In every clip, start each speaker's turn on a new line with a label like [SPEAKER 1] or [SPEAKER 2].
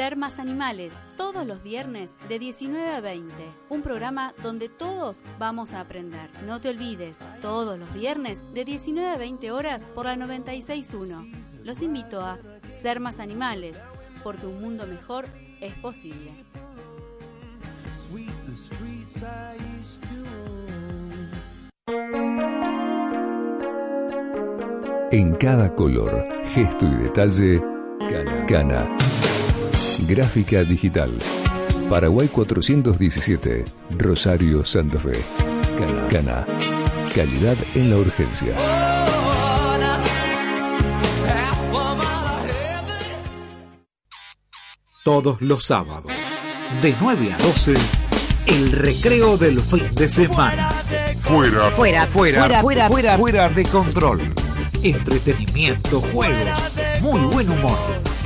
[SPEAKER 1] Termas Animales, todos los viernes de 19 a 20. Un programa donde todos vamos a aprender. No te olvides, todos los viernes de 19 a 20 horas por la 96.1. Los invito a Ser Más Animales, porque un mundo mejor es posible.
[SPEAKER 2] En cada color, gesto y detalle, Cana. Cana. Gráfica digital. Paraguay 417, Rosario, Santa Fe. Cana. Cana. Calidad en la urgencia.
[SPEAKER 3] Todos los sábados, de 9 a 12, el recreo del fin de semana.
[SPEAKER 4] Fuera.
[SPEAKER 3] Fuera, fuera, fuera, fuera, fuera de control. Entretenimiento, juegos, muy buen humor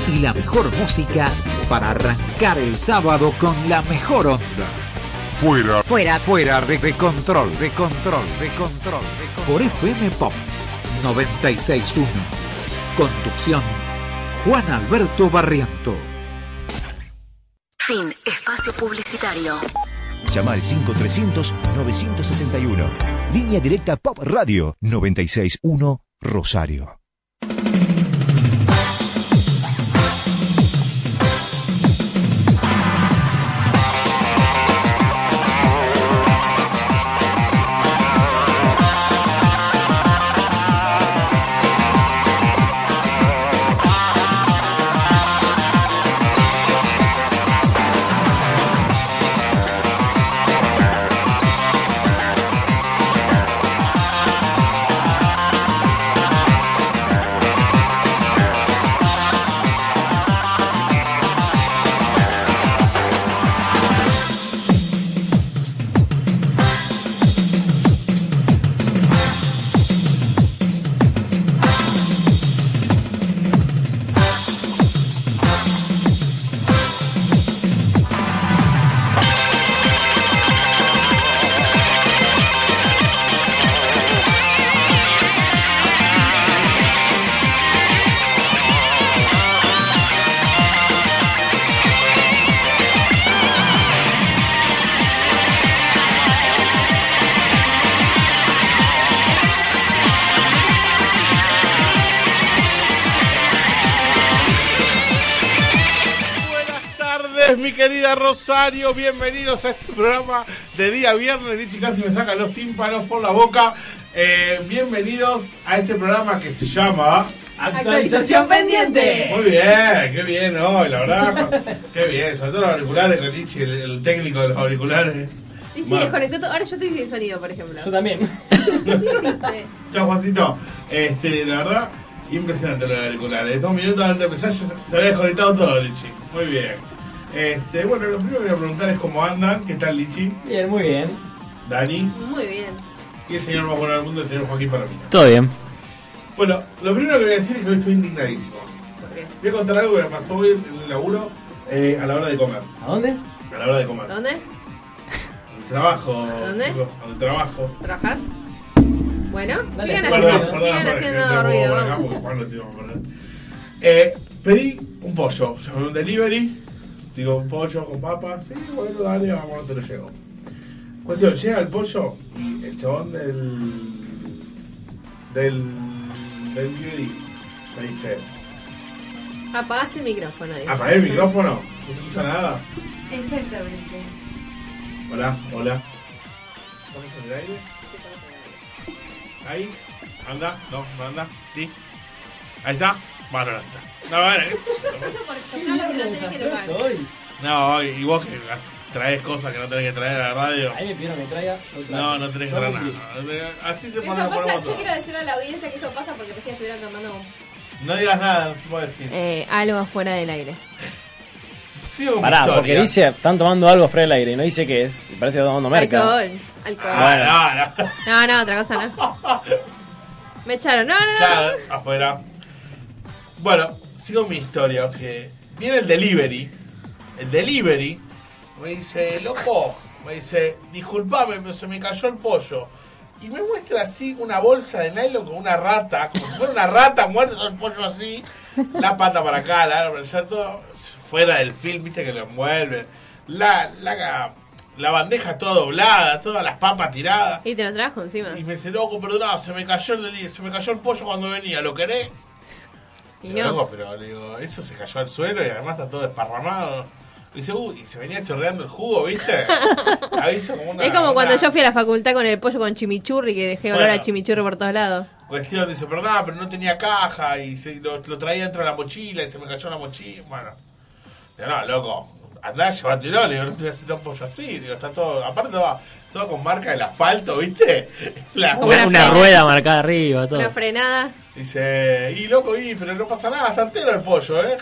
[SPEAKER 3] y la mejor música para arrancar el sábado con la mejor onda.
[SPEAKER 4] Fuera.
[SPEAKER 3] Fuera, fuera de, de control, de control, de control, de control. Por FM Pop 961. Conducción Juan Alberto Barriento.
[SPEAKER 5] Fin. Espacio publicitario.
[SPEAKER 6] Llama al 5300-961. Línea directa Pop Radio 961 Rosario.
[SPEAKER 7] mi querida Rosario, bienvenidos a este programa de día viernes. Lichi casi me saca los tímpanos por la boca. Eh, bienvenidos a este programa que se llama
[SPEAKER 8] Actualización pendiente.
[SPEAKER 7] Muy bien, qué bien hoy, la verdad. qué bien, sobre todo los auriculares con Lichi, el, el técnico de los auriculares.
[SPEAKER 8] Lichi,
[SPEAKER 7] Bueno.
[SPEAKER 8] desconectó todo. Ahora yo estoy sin sonido, por ejemplo.
[SPEAKER 9] Yo también.
[SPEAKER 7] Chao, Juancito. Este, la verdad, impresionante los auriculares. Dos minutos antes de empezar ya se, se había desconectado todo, Lichi. Muy bien. Este, bueno, lo primero que voy a preguntar es cómo andan, qué tal Lichi,
[SPEAKER 9] Bien, muy bien.
[SPEAKER 7] Dani
[SPEAKER 8] Muy bien.
[SPEAKER 7] y el señor más bueno del mundo, el señor Joaquín Paramita.
[SPEAKER 9] Todo bien.
[SPEAKER 7] Bueno, lo primero que voy a decir es que hoy estoy indignadísimo. Voy a contar algo que me pasó hoy en el laburo eh, a la hora de comer.
[SPEAKER 9] ¿A dónde?
[SPEAKER 7] A la hora de comer.
[SPEAKER 8] ¿Dónde?
[SPEAKER 7] Al trabajo.
[SPEAKER 8] ¿Dónde?
[SPEAKER 7] chicos, Al trabajo.
[SPEAKER 8] ¿Trabajas? Bueno,
[SPEAKER 9] Dale,
[SPEAKER 8] sigan
[SPEAKER 9] perdón,
[SPEAKER 8] haciendo,
[SPEAKER 9] perdón,
[SPEAKER 8] sigan
[SPEAKER 7] perdón,
[SPEAKER 8] haciendo
[SPEAKER 7] que no
[SPEAKER 8] ruido.
[SPEAKER 7] puedo acá porque Juan lo tiene que poner. Eh, pedí un pollo. Llamé un delivery. Digo, un pollo con papas. Sí, bueno, dale, vamos, te lo llevo. Cuestión, llega el pollo y el chabón del. del. del delivery me dice.
[SPEAKER 8] Apagaste el micrófono. dijo.
[SPEAKER 7] Apagué el micrófono, no se escucha nada.
[SPEAKER 10] Exactamente.
[SPEAKER 7] Hola, hola. ¿Estamos en el aire? Ahí, anda, no, no anda, sí. Ahí está, bueno, no está. No, bueno, es-
[SPEAKER 9] hoy?
[SPEAKER 7] no, y vos que las- traes cosas que no tenés que traer a la radio.
[SPEAKER 9] Ahí me pidieron que traiga. yo traigo.
[SPEAKER 7] No, no tenés que
[SPEAKER 9] Yo
[SPEAKER 7] traer
[SPEAKER 9] cumplí.
[SPEAKER 7] nada. no, Así se
[SPEAKER 8] Eso
[SPEAKER 7] pone, lo
[SPEAKER 8] pasa,
[SPEAKER 7] ponemos todo.
[SPEAKER 8] yo quiero decirle a la audiencia que eso pasa porque recién estuvieron tomando un-
[SPEAKER 7] No digas nada, no se puede decir.
[SPEAKER 8] eh, algo fuera del aire.
[SPEAKER 7] Sigo con mi
[SPEAKER 9] Pará,
[SPEAKER 7] historia.
[SPEAKER 9] porque dice, están tomando algo fuera del aire y no dice qué es. Y parece que están tomando merca.
[SPEAKER 8] Alcohol. Alcohol.
[SPEAKER 7] Ah, no, no.
[SPEAKER 8] No, no, otra cosa no. Me echaron. No, no, no.
[SPEAKER 7] Claro, afuera. Bueno, sigo mi historia, que viene el delivery. El delivery me dice, loco, me dice, disculpame, pero se me cayó el pollo. Y me muestra así una bolsa de nylon con una rata, como si fuera una rata muerta, todo el pollo así, la pata para acá, la para allá, todo. fuera del film, viste que lo envuelven. La, la, la bandeja toda doblada, todas las papas tiradas.
[SPEAKER 8] Y te lo trajo encima.
[SPEAKER 7] Y me dice, loco, perdona, se me cayó el, se me cayó el pollo cuando venía, ¿lo querés?
[SPEAKER 8] Y
[SPEAKER 7] Digo,
[SPEAKER 8] no.
[SPEAKER 7] "Loco, pero le digo, eso se cayó al suelo y además está todo desparramado. Y dice, uy, y se venía chorreando el jugo, ¿viste? Aviso como una-
[SPEAKER 8] Es como cuando
[SPEAKER 7] una-
[SPEAKER 8] yo fui a la facultad con el pollo con chimichurri que dejé olor
[SPEAKER 7] Bueno.
[SPEAKER 8] a chimichurri por todos lados.
[SPEAKER 7] Cuestión, dice, pero nada, pero no tenía caja y se, lo, lo traía dentro de la mochila y se me cayó la mochila. Bueno, digo, no, loco, andá, llévatelo. Le digo, no te voy a hacer un pollo así. Digo, está todo, aparte va todo con marca del asfalto, ¿viste? La
[SPEAKER 8] Como una
[SPEAKER 11] Una
[SPEAKER 8] fre-
[SPEAKER 11] rueda marcada arriba, todo.
[SPEAKER 8] Una frenada.
[SPEAKER 7] Dice, y loco, y, pero no pasa nada, está entero el pollo, ¿eh?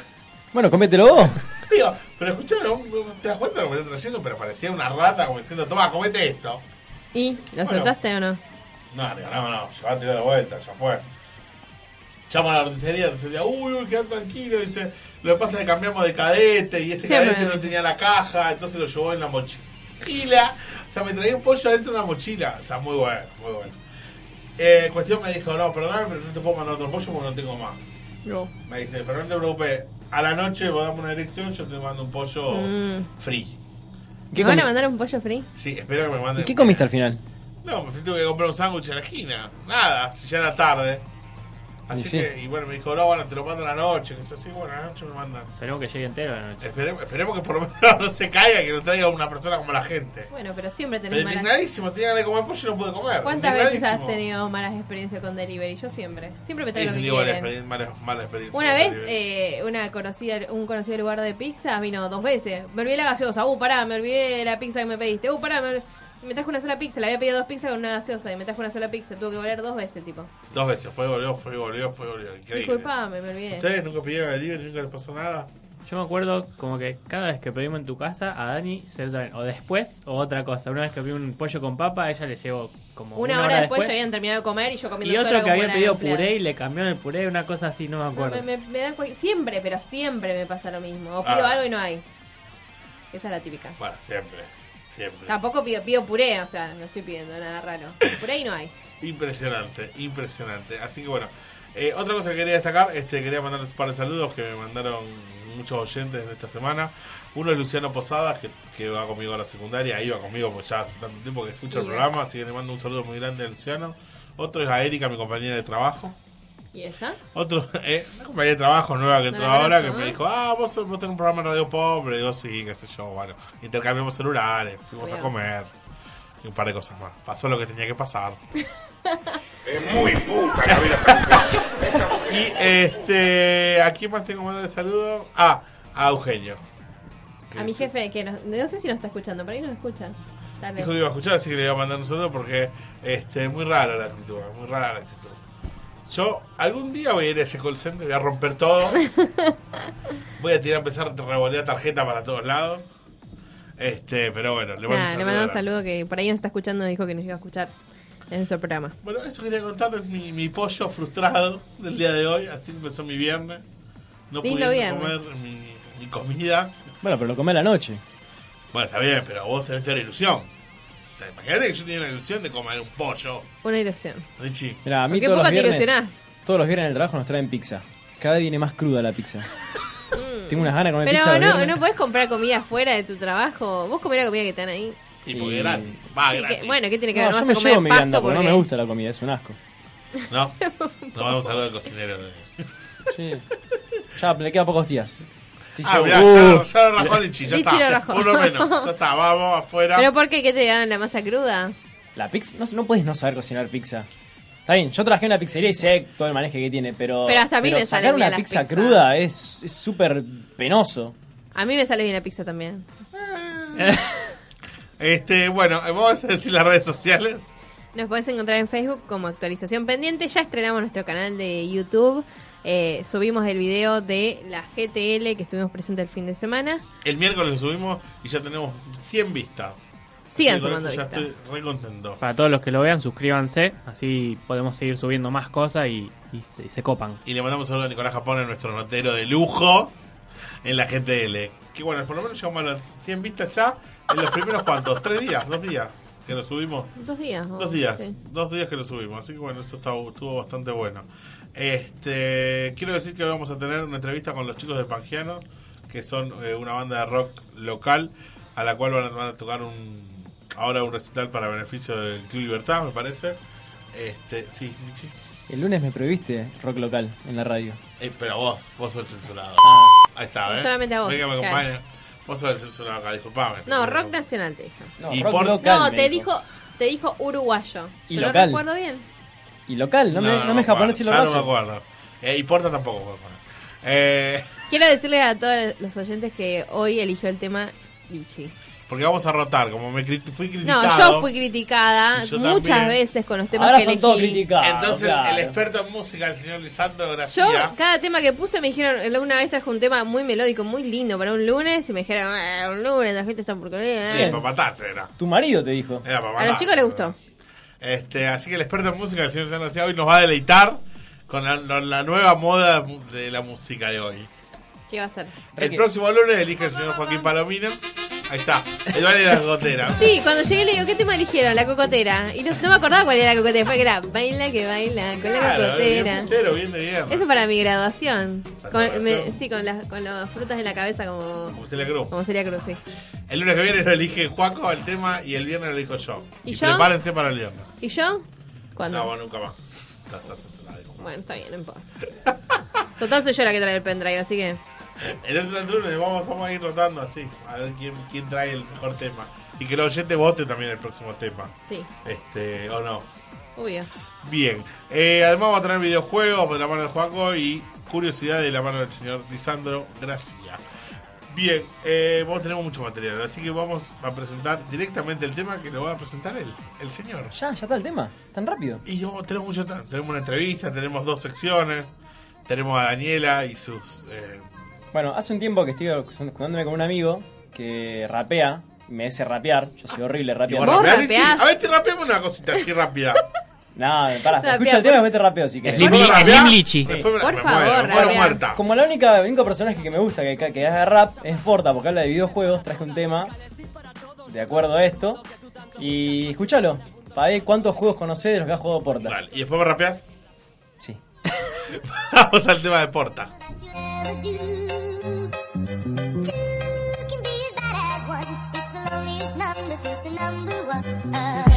[SPEAKER 9] Bueno, comételo vos.
[SPEAKER 7] Digo, pero escucharon, ¿te das cuenta de lo que me está trayendo? Pero parecía una rata como diciendo, toma, comete esto.
[SPEAKER 8] ¿Y lo
[SPEAKER 7] Bueno.
[SPEAKER 8] soltaste o no?
[SPEAKER 7] No, digo, no, no, llévatelo de vuelta, ya fue. Llamo a la roticería, la roticería, uy, uy, quedá tranquilo, dice, lo que pasa es que cambiamos de cadete y este
[SPEAKER 8] Siempre.
[SPEAKER 7] cadete no tenía la caja, entonces lo llevó en la mochila. O sea, me traía un pollo adentro de una mochila. O sea, muy bueno, muy bueno. Eh, cuestión me dijo, no, perdóname, pero no te puedo mandar otro pollo porque no tengo más.
[SPEAKER 8] No.
[SPEAKER 7] Me dice, pero no te preocupes, a la noche vos dame una dirección, yo te mando un pollo
[SPEAKER 8] Mm.
[SPEAKER 7] free.
[SPEAKER 9] ¿Qué,
[SPEAKER 8] ¿Me van a
[SPEAKER 9] comi-
[SPEAKER 8] mandar un pollo free?
[SPEAKER 7] Sí, espero que me
[SPEAKER 9] ¿Y
[SPEAKER 7] manden.
[SPEAKER 9] qué comiste al final?
[SPEAKER 7] No, me fui, tuve que comprar un sándwich en la esquina. Nada, si ya era tarde. Así
[SPEAKER 9] Y sí.
[SPEAKER 7] que, y bueno, me dijo, no, bueno, te lo mando a la noche. Que es así, bueno, a la noche me mandan.
[SPEAKER 11] Esperemos que llegue entero la noche.
[SPEAKER 7] Esperemos, esperemos que por lo menos no se caiga, que no traiga una persona como la gente.
[SPEAKER 8] Bueno, pero siempre
[SPEAKER 7] Pero
[SPEAKER 8] tenés malas.
[SPEAKER 7] indignadísimo, tenía ganas de comer pollo y no pude comer.
[SPEAKER 8] ¿Cuántas veces has
[SPEAKER 7] Indignadísimo.
[SPEAKER 8] tenido malas experiencias con delivery? Yo siempre. Siempre me
[SPEAKER 7] He
[SPEAKER 8] traen lo que
[SPEAKER 7] tenido mala
[SPEAKER 8] quieren.
[SPEAKER 7] experiencia, mala, mala experiencia.
[SPEAKER 8] Una
[SPEAKER 7] con
[SPEAKER 8] vez,
[SPEAKER 7] Oliver.
[SPEAKER 8] eh, una conocida, un conocido lugar de pizza vino dos veces. Me olvidé la gaseosa. Uh, pará, me olvidé la pizza que me pediste. Uh, pará, me, me trajo una sola pizza. Le había pedido dos pizzas con una gaseosa y me trajo una sola pizza. Tuve que volver dos veces, tipo.
[SPEAKER 7] Dos veces, fue, volvió, fue, volvió, fue, volvió. Increíble.
[SPEAKER 8] Disculpame, me olvidé.
[SPEAKER 7] ¿Ustedes nunca pidieron el delivery, nunca les pasó nada?
[SPEAKER 11] Yo me acuerdo como que cada vez que pedimos en tu casa, a Dani se lo traen. O después, o otra cosa. Una vez que pedimos un pollo con papa, a ella le llevó como
[SPEAKER 8] Una, hora, después ya habían terminado de comer y yo comiendo
[SPEAKER 11] Y
[SPEAKER 8] sola
[SPEAKER 11] otro que
[SPEAKER 8] como
[SPEAKER 11] había
[SPEAKER 8] una
[SPEAKER 11] pedido
[SPEAKER 8] empleada.
[SPEAKER 11] puré y le cambiaron el puré, una cosa así, no me
[SPEAKER 8] No,
[SPEAKER 11] acuerdo.
[SPEAKER 8] me, me- me dan cual- Siempre, pero siempre me pasa lo mismo. O pido
[SPEAKER 7] Ah.
[SPEAKER 8] algo y no hay. Esa es la típica.
[SPEAKER 7] Bueno, siempre, siempre.
[SPEAKER 8] Tampoco pido, pido puré, o sea, no estoy pidiendo nada raro. Puré y no hay.
[SPEAKER 7] Impresionante, impresionante. Así que bueno, eh, otra cosa que quería destacar, este quería mandarles un par de saludos que me mandaron muchos oyentes en esta semana. Uno es Luciano Posadas, que, que va conmigo a la secundaria, iba conmigo pues ya hace tanto tiempo que escucho el
[SPEAKER 8] Bien.
[SPEAKER 7] programa, así que le mando un saludo muy grande a Luciano. Otro es a Erika, mi compañera de trabajo.
[SPEAKER 8] ¿Y esa?
[SPEAKER 7] Otro, eh, una compañera de trabajo nueva que entró
[SPEAKER 8] la
[SPEAKER 7] ahora, que
[SPEAKER 8] conozco,
[SPEAKER 7] me
[SPEAKER 8] ¿eh?
[SPEAKER 7] dijo, ah, vos, vos tenés un programa de radio pobre. Digo, sí, qué sé yo, bueno. Intercambiamos celulares, fuimos a
[SPEAKER 8] Bien.
[SPEAKER 7] comer. Y un par de cosas más. Pasó lo que tenía que pasar.
[SPEAKER 12] Es muy puta la vida.
[SPEAKER 7] Y este, ¿a quién más tengo que de saludo? Ah, a Eugenio. Este,
[SPEAKER 8] A mi
[SPEAKER 7] Que
[SPEAKER 8] jefe, que no, no sé si nos está escuchando, por ahí nos escucha. Tal vez.
[SPEAKER 7] Dijo que iba a escuchar, así que le iba a mandar un saludo porque este, es muy rara la actitud, es muy rara la actitud. Yo algún día voy a ir a ese call center, voy a romper todo. voy a tirar, empezar a revolear tarjeta para todos lados. Este, pero bueno, le mando
[SPEAKER 8] Nada,
[SPEAKER 7] un saludo.
[SPEAKER 8] le mando un
[SPEAKER 7] grande.
[SPEAKER 8] saludo que por ahí nos está escuchando, dijo que nos iba a escuchar en nuestro programa.
[SPEAKER 7] Bueno, eso quería contarles mi, mi pollo frustrado del día de hoy, así empezó mi viernes. No
[SPEAKER 8] Lindo
[SPEAKER 7] pude
[SPEAKER 8] viernes.
[SPEAKER 7] comer mi, mi comida.
[SPEAKER 9] Bueno, pero lo comí a la noche.
[SPEAKER 7] Bueno, está bien, pero vos tenés la ilusión. O sea, imagínate que yo tenía la ilusión de comer un pollo,
[SPEAKER 8] Una ilusión.
[SPEAKER 7] Richie.
[SPEAKER 9] Mira, a mí
[SPEAKER 8] Qué
[SPEAKER 9] todos los
[SPEAKER 8] poco te
[SPEAKER 9] viernes.
[SPEAKER 8] ilusionás.
[SPEAKER 9] Todos los viernes en el trabajo nos traen pizza. Cada vez viene más cruda la pizza. Tengo unas ganas de comer pizza.
[SPEAKER 8] Mm. Pero
[SPEAKER 9] los
[SPEAKER 8] no,
[SPEAKER 9] viernes.
[SPEAKER 8] no podés comprar comida fuera de tu trabajo. Vos comés la comida que están ahí.
[SPEAKER 7] Y porque
[SPEAKER 9] Y-
[SPEAKER 7] gratis. Va,
[SPEAKER 8] Sí,
[SPEAKER 7] Ah, gratis.
[SPEAKER 8] que- bueno, ¿qué tiene que
[SPEAKER 9] No,
[SPEAKER 8] ver?
[SPEAKER 9] yo
[SPEAKER 8] No vas a
[SPEAKER 9] me llevo
[SPEAKER 8] comer
[SPEAKER 9] mi
[SPEAKER 8] pasto
[SPEAKER 9] ganda porque
[SPEAKER 8] porque
[SPEAKER 9] no me gusta la comida, es un asco.
[SPEAKER 7] No, no vamos a hablar del cocinero. De...
[SPEAKER 9] Sí. Ya, le quedan pocos días. Estoy
[SPEAKER 7] Ah,
[SPEAKER 9] seguro.
[SPEAKER 7] mirá,
[SPEAKER 9] Uh,
[SPEAKER 7] ya, ya lo rajó Richie, ya
[SPEAKER 8] Richie
[SPEAKER 7] está.
[SPEAKER 8] lo rajó.
[SPEAKER 7] Uno menos, ya está, vamos afuera.
[SPEAKER 8] ¿Pero por qué? ¿Qué te dan la masa cruda?
[SPEAKER 9] la pizza, no, no puedes no saber cocinar pizza. Está bien, yo trabajé en una pizzería y sé todo el maneje que tiene, pero,
[SPEAKER 8] Pero hasta a mí me
[SPEAKER 9] sacar
[SPEAKER 8] salen bien
[SPEAKER 9] una
[SPEAKER 8] las
[SPEAKER 9] pizza
[SPEAKER 8] pizzas.
[SPEAKER 9] cruda es es súper penoso.
[SPEAKER 8] A mí me sale bien la pizza también.
[SPEAKER 7] Este, bueno, eh, vamos a decir las redes sociales.
[SPEAKER 8] Nos podés encontrar en Facebook como actualización pendiente. Ya estrenamos nuestro canal de YouTube. Eh, subimos el video de la GTL que estuvimos presente el fin de semana.
[SPEAKER 7] El miércoles lo subimos y ya tenemos 100 vistas.
[SPEAKER 8] Sigan
[SPEAKER 7] Y con
[SPEAKER 8] sumando
[SPEAKER 7] eso
[SPEAKER 8] vistas.
[SPEAKER 7] Ya estoy re contento.
[SPEAKER 11] Para todos los que lo vean, suscríbanse, así podemos seguir subiendo más cosas y, y se, y se copan.
[SPEAKER 7] Y le mandamos un saludo a Nicolás Japón, a nuestro notero de lujo en la GTL. Que bueno, por lo menos llegamos a las 100 vistas ya en los primeros cuantos, tres días, dos días que lo subimos.
[SPEAKER 8] Dos días. ¿no?
[SPEAKER 7] Dos días,
[SPEAKER 8] Sí.
[SPEAKER 7] dos días que lo subimos, así que bueno, eso está- estuvo bastante bueno. Este, quiero decir que vamos a tener una entrevista con los chicos de Pangiano, que son eh, una banda de rock local a la cual van a, van a tocar un ahora un recital para beneficio del Club Libertad, me parece. Este, sí, Michi.
[SPEAKER 9] El lunes me prohibiste rock local en la radio.
[SPEAKER 7] Eh, pero vos, vos sos el censurado. Ahí está, ¿eh?
[SPEAKER 8] Solamente a vos,
[SPEAKER 7] Venga, me
[SPEAKER 8] claro.
[SPEAKER 7] acompaña. Vos sos el censurado acá, disculpame.
[SPEAKER 8] No, rock nacional te dijo.
[SPEAKER 9] No,
[SPEAKER 7] Y
[SPEAKER 9] rock
[SPEAKER 7] por-
[SPEAKER 9] local.
[SPEAKER 8] no,
[SPEAKER 9] me
[SPEAKER 8] te
[SPEAKER 9] dijo.
[SPEAKER 8] dijo, te dijo uruguayo.
[SPEAKER 9] Y
[SPEAKER 8] Yo lo
[SPEAKER 9] local.
[SPEAKER 8] recuerdo bien.
[SPEAKER 9] Y local, no, me, no, me
[SPEAKER 7] acuerdo,
[SPEAKER 9] japonés y lo
[SPEAKER 7] ya No me
[SPEAKER 9] raso.
[SPEAKER 7] acuerdo. Eh, y Porta tampoco puedo poner. Eh,
[SPEAKER 8] Quiero decirle a todos los oyentes que hoy eligió el tema Lichi.
[SPEAKER 7] porque vamos a rotar. Como me crit- fui
[SPEAKER 8] No,
[SPEAKER 7] criticado.
[SPEAKER 8] yo fui criticada
[SPEAKER 7] Y yo
[SPEAKER 8] muchas
[SPEAKER 7] también.
[SPEAKER 8] veces con los temas
[SPEAKER 9] Ahora
[SPEAKER 8] que
[SPEAKER 9] son
[SPEAKER 8] elegí.
[SPEAKER 9] todos criticados.
[SPEAKER 7] Entonces,
[SPEAKER 9] claro.
[SPEAKER 7] el experto en música, el señor Lisandro
[SPEAKER 8] Yo,
[SPEAKER 7] García.
[SPEAKER 8] cada tema que puse, me dijeron, una vez trajo un tema muy melódico, muy lindo para un lunes, y me dijeron, "Ah, un lunes, la gente está por
[SPEAKER 7] Sí,
[SPEAKER 8] correr.
[SPEAKER 7] para matarse era.
[SPEAKER 9] Tu marido te dijo.
[SPEAKER 7] Era para
[SPEAKER 8] A los
[SPEAKER 7] matarse.
[SPEAKER 8] chicos les gustó.
[SPEAKER 7] Este, así que el experto en música, el señor Lisandro García, hoy nos va a deleitar con la, la- la nueva moda de la música de hoy.
[SPEAKER 8] ¿Qué va a ser?
[SPEAKER 7] El
[SPEAKER 9] Requi-
[SPEAKER 7] próximo lunes elige el señor Joaquín Palomino. Ahí está, el baile de las goteras.
[SPEAKER 8] Sí, cuando llegué le digo, ¿qué tema eligieron? La cocotera. Y no, no me acordaba cuál era la cocotera. Fue que era, baila que baila con la
[SPEAKER 7] Claro,
[SPEAKER 8] cocotera.
[SPEAKER 7] bien puntero, bien de bien.
[SPEAKER 8] Eso para mi graduación.
[SPEAKER 7] La
[SPEAKER 8] Con, me-
[SPEAKER 7] graduación.
[SPEAKER 8] sí, con las con las frutas en la cabeza como,
[SPEAKER 7] Como se le cruz.
[SPEAKER 8] como sería cruz, sí.
[SPEAKER 7] El lunes que viene lo elige Juaco el tema y el viernes lo elijo yo.
[SPEAKER 8] ¿Y yo?
[SPEAKER 7] Prepárense para el viernes.
[SPEAKER 8] ¿Y yo?
[SPEAKER 7] No,
[SPEAKER 8] ¿Cuándo?
[SPEAKER 7] vos nunca más. Ya está censurado. hijo.
[SPEAKER 8] Bueno, está bien, no importa. Total soy yo la que trae el pendrive, así que...
[SPEAKER 7] El otro lunes vamos, vamos a ir rotando así, a ver quién, quién trae el mejor tema. Y que los oyentes voten también el próximo tema.
[SPEAKER 8] Sí,
[SPEAKER 7] Este, o no.
[SPEAKER 8] obvio.
[SPEAKER 7] Bien. Eh, además vamos a tener videojuegos de la mano de Juaco y curiosidad de la mano del señor Lisandro Gracia. Bien, eh, vamos tenemos mucho material, así que vamos a presentar directamente el tema que lo va a presentar él, el señor.
[SPEAKER 9] Ya, ya está el tema. Tan rápido.
[SPEAKER 7] Y vamos- tenemos mucho tan- Tenemos una entrevista, tenemos dos secciones, tenemos a Daniela y sus... eh,
[SPEAKER 9] Bueno, hace un tiempo que estoy juntándome con un amigo que rapea. y Me hace rapear. Yo soy horrible
[SPEAKER 7] ¿y vos
[SPEAKER 9] rapeando.
[SPEAKER 8] ¿Vos
[SPEAKER 7] rapeás, Lichi?
[SPEAKER 8] rapeás?
[SPEAKER 7] A ver, te rapeamos una cosita así rápida.
[SPEAKER 9] No, pará.
[SPEAKER 8] Rapea,
[SPEAKER 9] Escucha el tema y después te rapeo si querés.
[SPEAKER 13] Slim
[SPEAKER 7] ¿Puedo
[SPEAKER 13] Li-
[SPEAKER 7] rapear?
[SPEAKER 13] Slim Lichi.
[SPEAKER 7] Después me-
[SPEAKER 8] Por
[SPEAKER 7] me
[SPEAKER 8] favor,
[SPEAKER 7] muero, me muero
[SPEAKER 8] rapea.
[SPEAKER 7] muerta.
[SPEAKER 9] Como la única, el único personaje que me gusta que, que haga rap es Porta, porque habla de videojuegos, traje un tema de acuerdo a esto. Y escúchalo, para ver cuántos juegos conocés de los que ha jugado Porta.
[SPEAKER 7] Dale, y después me rapeás.
[SPEAKER 9] Sí.
[SPEAKER 7] Vamos al tema de Porta.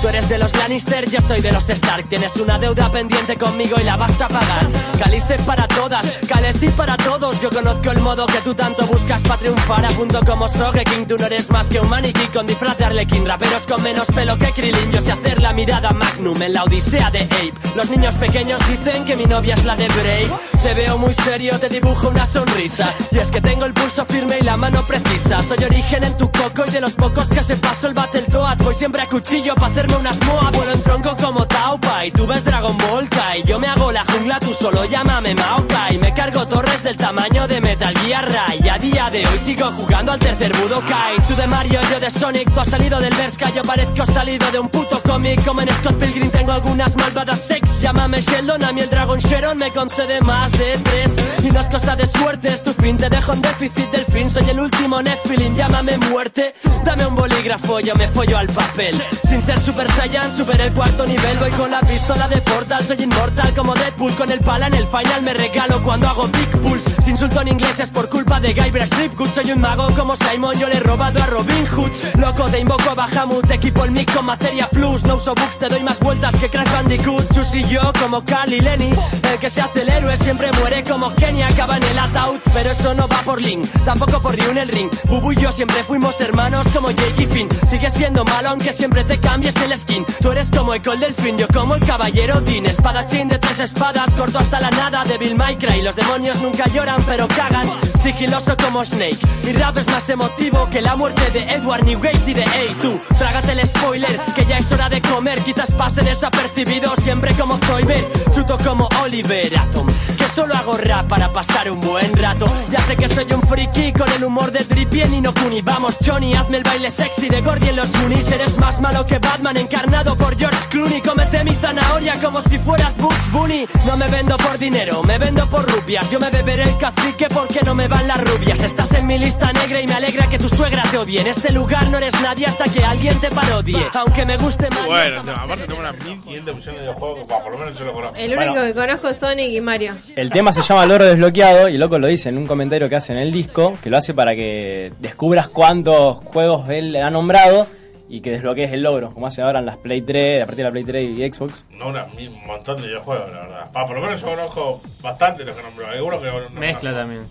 [SPEAKER 3] Tú eres de los Lannister, yo soy de los Stark. Tienes una deuda pendiente conmigo y la vas a pagar. Calice para todas, Calesi para todos. Yo conozco el modo que tú tanto buscas para triunfar. Apunto como Sogeking, tú no eres más que un maniquí con disfraz de Arlequín. Raperos con menos pelo que Krillin. Yo sé hacer la mirada Magnum en la odisea de Ape. Los niños pequeños dicen que mi novia es la de Brave. Te veo muy serio, te dibujo una sonrisa. Y es que tengo el pulso firme y la mano precisa. Soy origen en tu coco y de los pocos que se pasó el Battletoads. Voy siempre a cuchillo para hacerme unas moa. Vuelo en tronco como Taupa y tú ves Dragon Ball Kai. Yo me hago la jungla, tú solo llámame Maokai. Me cargo torres del tamaño de Metal Gear Ray. A día de hoy sigo jugando al tercer Budokai. Tú de Mario, yo de Sonic. Tú has salido del Berska, yo parezco salido de un puto cómic. Como en Scott Pilgrim tengo algunas malvadas sex. Llámame Sheldon, a mí el Dragon Sharon me concede más de tres. Y no es cosa de suerte, es tu fin. Te dejo en déficit del fin. Soy el último Netflix, llámame muerte. Dame un bolígrafo, yo me follo al papel. Sin ser Super Saiyan, superé el cuarto nivel. Voy con la pistola de Portal, soy inmortal como Deadpool. Con el pala en el final me regalo cuando hago big pulls. Sin insulto en inglés es por culpa de Guybrush Ripgood. Soy un mago como Simon, yo le he robado a Robin Hood. Loco, te invoco a Bahamut, equipo el mic con materia plus. No uso books, te doy más vueltas que Crash Bandicoot. Chus y yo como Carl y Lenny. El que se hace el héroe siempre muere como Kenny. Acaba en el ataúd, pero eso no va por Link. Tampoco por Ryu en el ring. Bubu y yo siempre fuimos hermanos como Jake y Finn. Sigues siendo malo aunque siempre te cambies el skin. Tú eres como el Col Delfín, yo como el Caballero Dean. Espadachín de tres espadas, corto hasta la nada. Devil May Cry, los demonios nunca lloran pero cagan. Sigiloso como Snake. Mi rap es más emotivo que la muerte de Edward Newgate y de Ace. Tú, trágate el spoiler, que ya es hora de comer. Quizás pase desapercibido siempre como Zoiber. Chuto como Oliver Atom. Que solo hago rap para pasar un buen rato. Ya sé que soy un friki con el humor de Drippy en Inokuni. Vamos, Johnny, hazme el baile sexy.
[SPEAKER 14] Si de Gordy en los Goonies eres más malo que Batman encarnado por George Clooney Cómete mi zanahoria como si fueras Bugs Bunny No me vendo por dinero, me vendo por rupias Yo me beberé el cacique porque no me van las rubias Estás en mi lista negra y me alegra que tu suegra te odie En este lugar no eres nadie hasta que alguien te parodie Aunque me guste más
[SPEAKER 7] Bueno, no, aparte tengo unas 1500 millones de juegos, bah, por lo menos yo lo conozco.
[SPEAKER 8] El único que conozco es Sonic y Mario.
[SPEAKER 15] El tema se llama Loro Desbloqueado y el loco lo dice en un comentario que hace en el disco, que lo hace para que descubras cuántos juegos él ha nombrado y que desbloquees el logro, como hace ahora en las Play 3, a partir de la Play 3 y Xbox.
[SPEAKER 7] No, una- un montón de videojuegos, la verdad. Ah, por lo menos yo conozco bastante los que nombró. Algunos que no
[SPEAKER 9] Mezcla también.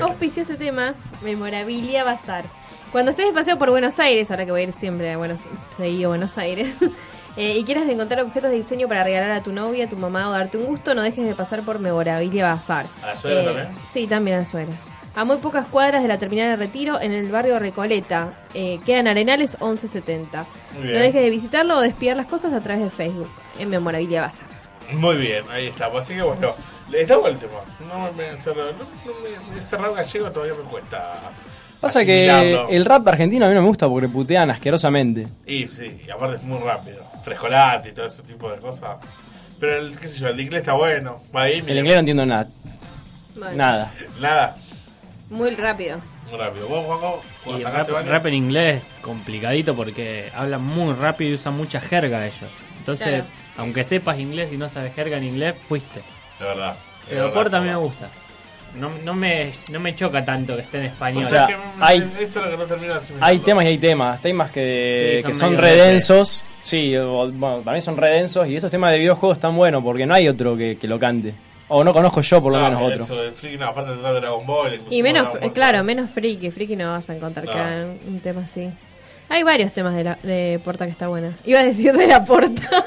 [SPEAKER 8] Auspició este tema, Memorabilia Bazar. Cuando estés de paseo por Buenos Aires, ahora que voy a ir siempre a Buenos, seguido a Buenos Aires, eh, y quieras encontrar objetos de diseño para regalar a tu novia, a tu mamá o darte un gusto, no dejes de pasar por Memorabilia Bazar. Eh,
[SPEAKER 7] ¿A la suegra también?
[SPEAKER 8] Sí, también a sueros. A muy pocas cuadras de la terminal de retiro en el barrio Recoleta. Eh, queda en Arenales 1170.
[SPEAKER 7] Muy
[SPEAKER 8] No
[SPEAKER 7] bien.
[SPEAKER 8] dejes de visitarlo o de espiar las cosas a través de Facebook, en Memorabilia Bazar.
[SPEAKER 7] Muy bien, ahí estamos. Así que bueno, le damos el tema. No me encerrado, no, no me cerrado gallego todavía me cuesta.
[SPEAKER 15] Pasa que
[SPEAKER 7] asimilarlo.
[SPEAKER 15] el rap argentino a mí no me gusta porque putean asquerosamente.
[SPEAKER 7] Y sí, y aparte es muy rápido. Frescolate y todo ese tipo de cosas. Pero el, qué sé yo, el de inglés está bueno. Va ahí,
[SPEAKER 15] El
[SPEAKER 7] mira.
[SPEAKER 15] inglés no entiendo nada.
[SPEAKER 8] Vale.
[SPEAKER 15] Nada.
[SPEAKER 7] Nada,
[SPEAKER 8] Muy rápido.
[SPEAKER 7] muy rápido. Vos, Juanjo, cuando
[SPEAKER 9] Y
[SPEAKER 7] sacaste
[SPEAKER 9] rap,
[SPEAKER 7] varios-
[SPEAKER 9] rap en inglés es complicadito porque hablan muy rápido y usan mucha jerga ellos. Entonces,
[SPEAKER 8] Claro.
[SPEAKER 9] aunque sepas inglés y no sabes jerga en inglés, fuiste.
[SPEAKER 7] De verdad.
[SPEAKER 9] Pero por también me gusta. No, no, me, no me choca tanto que esté en español.
[SPEAKER 15] O sea,
[SPEAKER 7] Que,
[SPEAKER 15] hay-
[SPEAKER 7] Eso es lo que no termina de asimilar.
[SPEAKER 15] Hay temas y hay temas. Temas que,
[SPEAKER 9] Sí, son
[SPEAKER 15] que son
[SPEAKER 9] medio
[SPEAKER 15] redensos. Sí, o- bueno, para mí son redensos. Y estos temas de videojuegos están buenos porque no hay otro que, que lo cante. O no conozco yo, por lo
[SPEAKER 7] No,
[SPEAKER 15] menos, otro.
[SPEAKER 7] pero Ah, Eso de Freak, no, aparte de Dragon Ball.
[SPEAKER 8] Y
[SPEAKER 7] inclusive
[SPEAKER 8] menos,
[SPEAKER 7] Dragon
[SPEAKER 8] eh,
[SPEAKER 7] Ball.
[SPEAKER 8] claro, menos friki. Friki no vas a encontrar
[SPEAKER 7] No.
[SPEAKER 8] que hagan un tema así. Hay varios temas de, la, de Porta que está buena. Iba a decir de la Porta.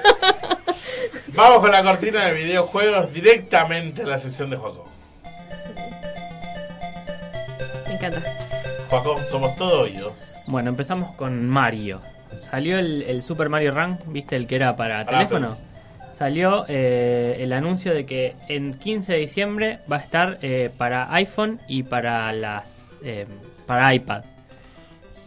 [SPEAKER 7] Vamos con la cortina de videojuegos directamente a la sesión de Juaco.
[SPEAKER 8] Me encanta.
[SPEAKER 7] Juaco, somos todo oídos.
[SPEAKER 9] Bueno, empezamos con Mario. Salió el, el Super Mario Run, ¿viste? El que era para
[SPEAKER 7] Pará,
[SPEAKER 9] teléfono. Salió eh, el anuncio de que en 15 de diciembre va a estar eh, para iPhone y para las eh, para iPad.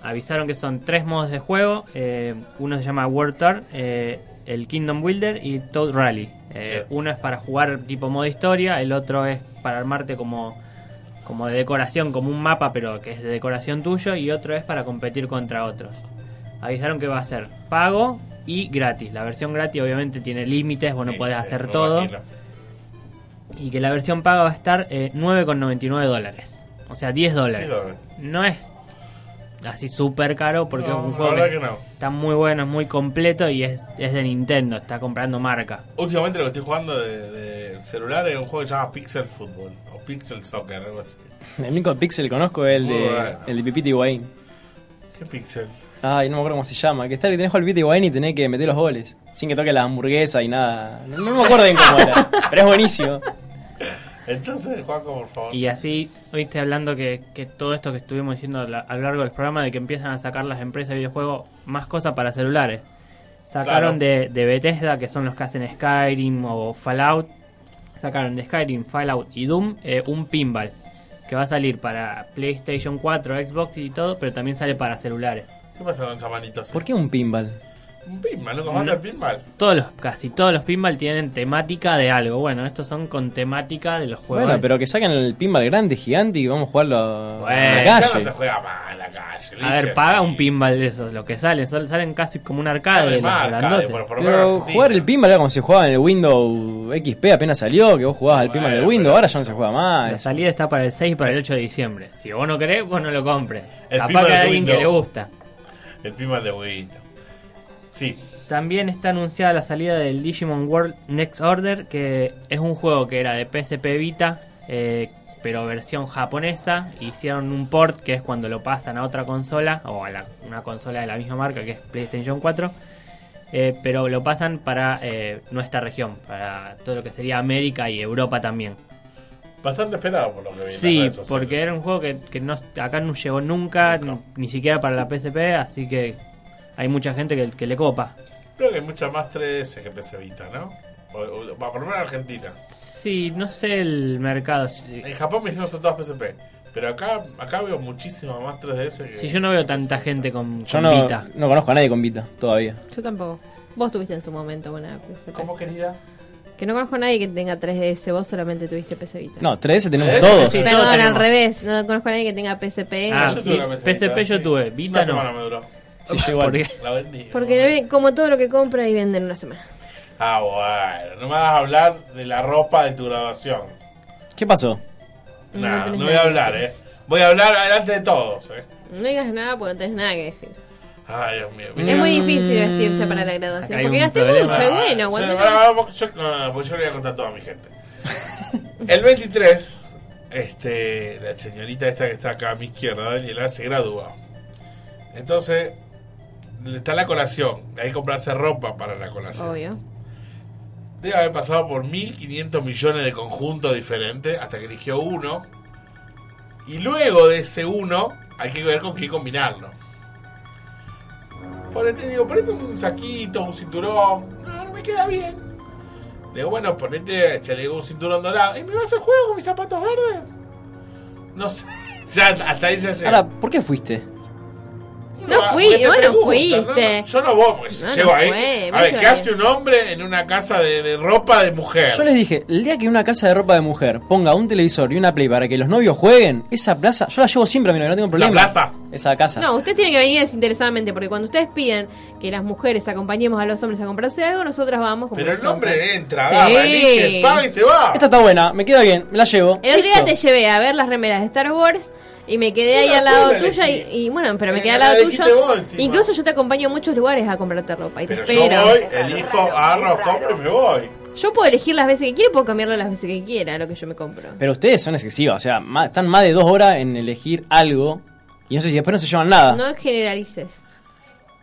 [SPEAKER 9] Avisaron que son tres modos de juego. eh, uno se llama World Tour, eh, el Kingdom Builder y Toad Rally. Eh, uno es para jugar tipo modo historia, el otro es para armarte como como de decoración, como un mapa, pero que es de decoración tuyo, y otro es para competir contra otros. Avisaron que va a ser pago y gratis. La versión gratis obviamente tiene límites, vos no
[SPEAKER 7] Sí,
[SPEAKER 9] podés
[SPEAKER 7] sí,
[SPEAKER 9] hacer
[SPEAKER 7] me
[SPEAKER 9] todo.
[SPEAKER 7] imagino.
[SPEAKER 9] Y que la versión paga va a estar eh, 9,99 dólares. O sea, 10 dólares.
[SPEAKER 7] 10 dólares.
[SPEAKER 9] No es así súper caro porque
[SPEAKER 7] No,
[SPEAKER 9] es un
[SPEAKER 7] la
[SPEAKER 9] juego
[SPEAKER 7] verdad
[SPEAKER 9] que,
[SPEAKER 7] que no.
[SPEAKER 9] está muy bueno, es muy completo y es, es de Nintendo, está comprando marca.
[SPEAKER 7] Últimamente lo que estoy jugando de, de celular es un juego que se llama Pixel Football o Pixel Soccer, algo así.
[SPEAKER 15] El único pixel que conozco es el
[SPEAKER 7] Muy
[SPEAKER 15] de,
[SPEAKER 7] bueno.
[SPEAKER 15] el de Pipita Higuaín.
[SPEAKER 7] ¿Qué Pixel?
[SPEAKER 15] Ay, no me acuerdo cómo se llama. Que está que tenés con el Pipita Higuaín y tenés que meter los goles. Sin que toque la hamburguesa y nada. No, no me acuerdo bien cómo era. Pero es buenísimo.
[SPEAKER 7] Entonces, Juanco, por favor.
[SPEAKER 9] Y así, oíste hablando que, que todo esto que estuvimos diciendo a, la- a lo largo del programa, de que empiezan a sacar las empresas de videojuegos más cosas para celulares. Sacaron
[SPEAKER 7] Claro.
[SPEAKER 9] de, de Bethesda, que son los que hacen Skyrim o Fallout. Sacaron de Skyrim, Fallout y Doom eh, un pinball. Que va a salir para PlayStation 4, Xbox y todo, pero también sale para celulares.
[SPEAKER 7] ¿Qué pasa con esa manito así?
[SPEAKER 15] ¿Por qué un pinball?
[SPEAKER 7] Un pinball, ¿no? ¿Cómo el pinball?
[SPEAKER 9] Todos los, casi todos los pinball tienen temática de algo. Bueno, estos son con temática de los juegos.
[SPEAKER 15] Bueno, pero que saquen el pinball grande, gigante y vamos a jugarlo a- a la
[SPEAKER 9] Bueno,
[SPEAKER 7] Ya no
[SPEAKER 15] calle.
[SPEAKER 7] se juega más en la calle.
[SPEAKER 9] A ver,
[SPEAKER 7] Liches,
[SPEAKER 9] paga
[SPEAKER 7] sí.
[SPEAKER 9] un pinball de esos, lo que salen, sol- salen casi como un
[SPEAKER 7] Sale
[SPEAKER 9] arcade, los
[SPEAKER 7] más
[SPEAKER 9] grandotes.
[SPEAKER 7] arcade, por- por lo menos
[SPEAKER 15] Pero
[SPEAKER 7] Argentina.
[SPEAKER 15] jugar el pinball era como se jugaba en el Windows XP apenas salió, que vos jugabas al pinball del
[SPEAKER 7] Bueno,
[SPEAKER 15] Windows,
[SPEAKER 7] pero-
[SPEAKER 15] ahora ya no se juega
[SPEAKER 9] La
[SPEAKER 15] más.
[SPEAKER 9] salida está para el 6 y para el 8 de diciembre. Si vos no querés, vos no lo compres.
[SPEAKER 7] El
[SPEAKER 9] Capaz
[SPEAKER 7] pinball
[SPEAKER 9] que
[SPEAKER 7] de
[SPEAKER 9] hay alguien que le
[SPEAKER 7] Windows.
[SPEAKER 9] gusta.
[SPEAKER 7] El pinball de Wii. Sí,
[SPEAKER 9] También está anunciada la salida del Digimon World Next Order, que es un juego que era de PSP Vita, eh, pero versión japonesa. Hicieron un port que es cuando lo pasan a otra consola, o a la- una consola de la misma marca que es PlayStation 4, eh, pero lo pasan para eh, nuestra región, para todo lo que sería América y Europa también.
[SPEAKER 7] bastante esperado por lo que vi. en las
[SPEAKER 9] Sí,
[SPEAKER 7] redes sociales.
[SPEAKER 9] porque era un juego que, que no, acá no llegó nunca,
[SPEAKER 7] Nunca.
[SPEAKER 9] ni siquiera para la PSP, así que hay mucha gente que- que le copa.
[SPEAKER 7] Creo que hay muchas más 3S que PC Vita, ¿no? O- o- va, por lo menos en Argentina.
[SPEAKER 9] Sí, no sé el mercado.
[SPEAKER 7] En Japón mismo son todas PSP. Pero acá, acá veo muchísima más 3DS que.
[SPEAKER 8] Si yo no veo tanta gente con,
[SPEAKER 9] Yo
[SPEAKER 8] con
[SPEAKER 9] no,
[SPEAKER 8] Vita.
[SPEAKER 9] no conozco a nadie con Vita todavía.
[SPEAKER 5] Yo tampoco. Vos tuviste en su momento una PSP.
[SPEAKER 7] ¿Cómo querida?
[SPEAKER 5] Que no conozco a nadie que tenga 3DS, vos solamente tuviste PC Vita.
[SPEAKER 9] No, 3DS tenemos
[SPEAKER 8] Eh,
[SPEAKER 9] todos.
[SPEAKER 8] sí,
[SPEAKER 5] Perdón,
[SPEAKER 8] todos
[SPEAKER 5] al
[SPEAKER 8] tenemos.
[SPEAKER 5] revés, no conozco a nadie que tenga PSP.
[SPEAKER 8] Ah,
[SPEAKER 7] Yo
[SPEAKER 8] sí,
[SPEAKER 7] tuve una
[SPEAKER 8] PSP yo
[SPEAKER 7] sí.
[SPEAKER 8] tuve, Vita
[SPEAKER 7] Una
[SPEAKER 8] no.
[SPEAKER 7] semana me duró.
[SPEAKER 9] Sí, yo igual.
[SPEAKER 8] Porque-
[SPEAKER 7] La vendí.
[SPEAKER 5] Porque le ven- como todo lo que compra y venden una semana.
[SPEAKER 7] Ah, bueno. No me vas a hablar de la ropa de tu graduación.
[SPEAKER 9] ¿Qué pasó?
[SPEAKER 5] No
[SPEAKER 7] Nah,
[SPEAKER 5] tenés
[SPEAKER 7] no voy a
[SPEAKER 5] nada que
[SPEAKER 7] hablar,
[SPEAKER 5] decir.
[SPEAKER 7] eh. Voy a hablar delante de todos, eh.
[SPEAKER 5] No digas nada porque no tenés nada que decir.
[SPEAKER 7] Ay, Dios mío.
[SPEAKER 5] Es muy difícil vestirse para la
[SPEAKER 8] Acá
[SPEAKER 5] graduación.
[SPEAKER 8] hay
[SPEAKER 5] Porque
[SPEAKER 8] un
[SPEAKER 5] gasté
[SPEAKER 8] problema.
[SPEAKER 5] mucho, y bueno,
[SPEAKER 7] yo,
[SPEAKER 5] aguanté.
[SPEAKER 7] no, no, yo- no, no, porque yo le voy a contar a toda mi gente. El 23, este, la señorita esta que está acá a mi izquierda, Daniela, se gradúa. Entonces, le está la colación. Hay que comprarse ropa para la colación.
[SPEAKER 5] Obvio.
[SPEAKER 7] Debe haber pasado por 1.500 millones de conjuntos diferentes hasta que eligió uno. Y luego de ese uno, hay que ver con qué combinarlo. Por este digo, ponete un saquito, un cinturón. No, no me queda bien. Le digo, bueno, ponete, este, le digo, un cinturón dorado. ¿Y me vas al juego con mis zapatos verdes? No sé. Ya, hasta ahí ya llegué.
[SPEAKER 9] Mm. Ahora, ¿por qué fuiste?
[SPEAKER 5] No
[SPEAKER 7] ah,
[SPEAKER 5] fui,
[SPEAKER 7] porque te
[SPEAKER 5] vos no
[SPEAKER 7] preguntan,
[SPEAKER 5] fuiste.
[SPEAKER 7] no, yo no voy, porque
[SPEAKER 5] No, no
[SPEAKER 7] llego ahí.
[SPEAKER 5] fue,
[SPEAKER 7] a ver,
[SPEAKER 5] mucho
[SPEAKER 7] ¿qué
[SPEAKER 5] ahí.
[SPEAKER 7] hace un hombre en una casa de, de ropa de mujer?
[SPEAKER 9] Yo les dije, el día que una casa de ropa de mujer ponga un televisor y una play para que los novios jueguen, esa plaza, yo la llevo siempre a mi novia, no tengo problema.
[SPEAKER 7] plaza?
[SPEAKER 9] Esa casa.
[SPEAKER 5] No, ustedes tienen que venir desinteresadamente porque cuando ustedes piden que las mujeres acompañemos a los hombres a comprarse algo, nosotras vamos. como
[SPEAKER 7] Pero el
[SPEAKER 5] nos compran.
[SPEAKER 7] hombre entra,
[SPEAKER 5] Sí.
[SPEAKER 7] va, elige, paga y se va.
[SPEAKER 9] Esta está buena, me queda bien, me la llevo.
[SPEAKER 5] El otro día
[SPEAKER 9] Listo.
[SPEAKER 5] te llevé a ver las remeras de Star Wars y me quedé ahí
[SPEAKER 7] Una
[SPEAKER 5] al lado
[SPEAKER 7] sola
[SPEAKER 5] tuya y,
[SPEAKER 7] elegí.
[SPEAKER 5] y bueno, pero me
[SPEAKER 7] Eh,
[SPEAKER 5] quedé al
[SPEAKER 7] la
[SPEAKER 5] lado
[SPEAKER 7] elegiste
[SPEAKER 5] tuyo.
[SPEAKER 7] vos encima.
[SPEAKER 5] Incluso yo te acompaño a muchos lugares a comprarte ropa y te
[SPEAKER 7] Pero
[SPEAKER 5] espero.
[SPEAKER 7] yo voy, elijo, agarro, compro y me voy.
[SPEAKER 5] Yo puedo elegir las veces que quiero, puedo cambiarlo las veces que quiera lo que yo me compro.
[SPEAKER 9] Pero ustedes son excesivos, o sea, ma- están más de dos horas en elegir algo y no sé si después no se llevan nada.
[SPEAKER 5] No generalices.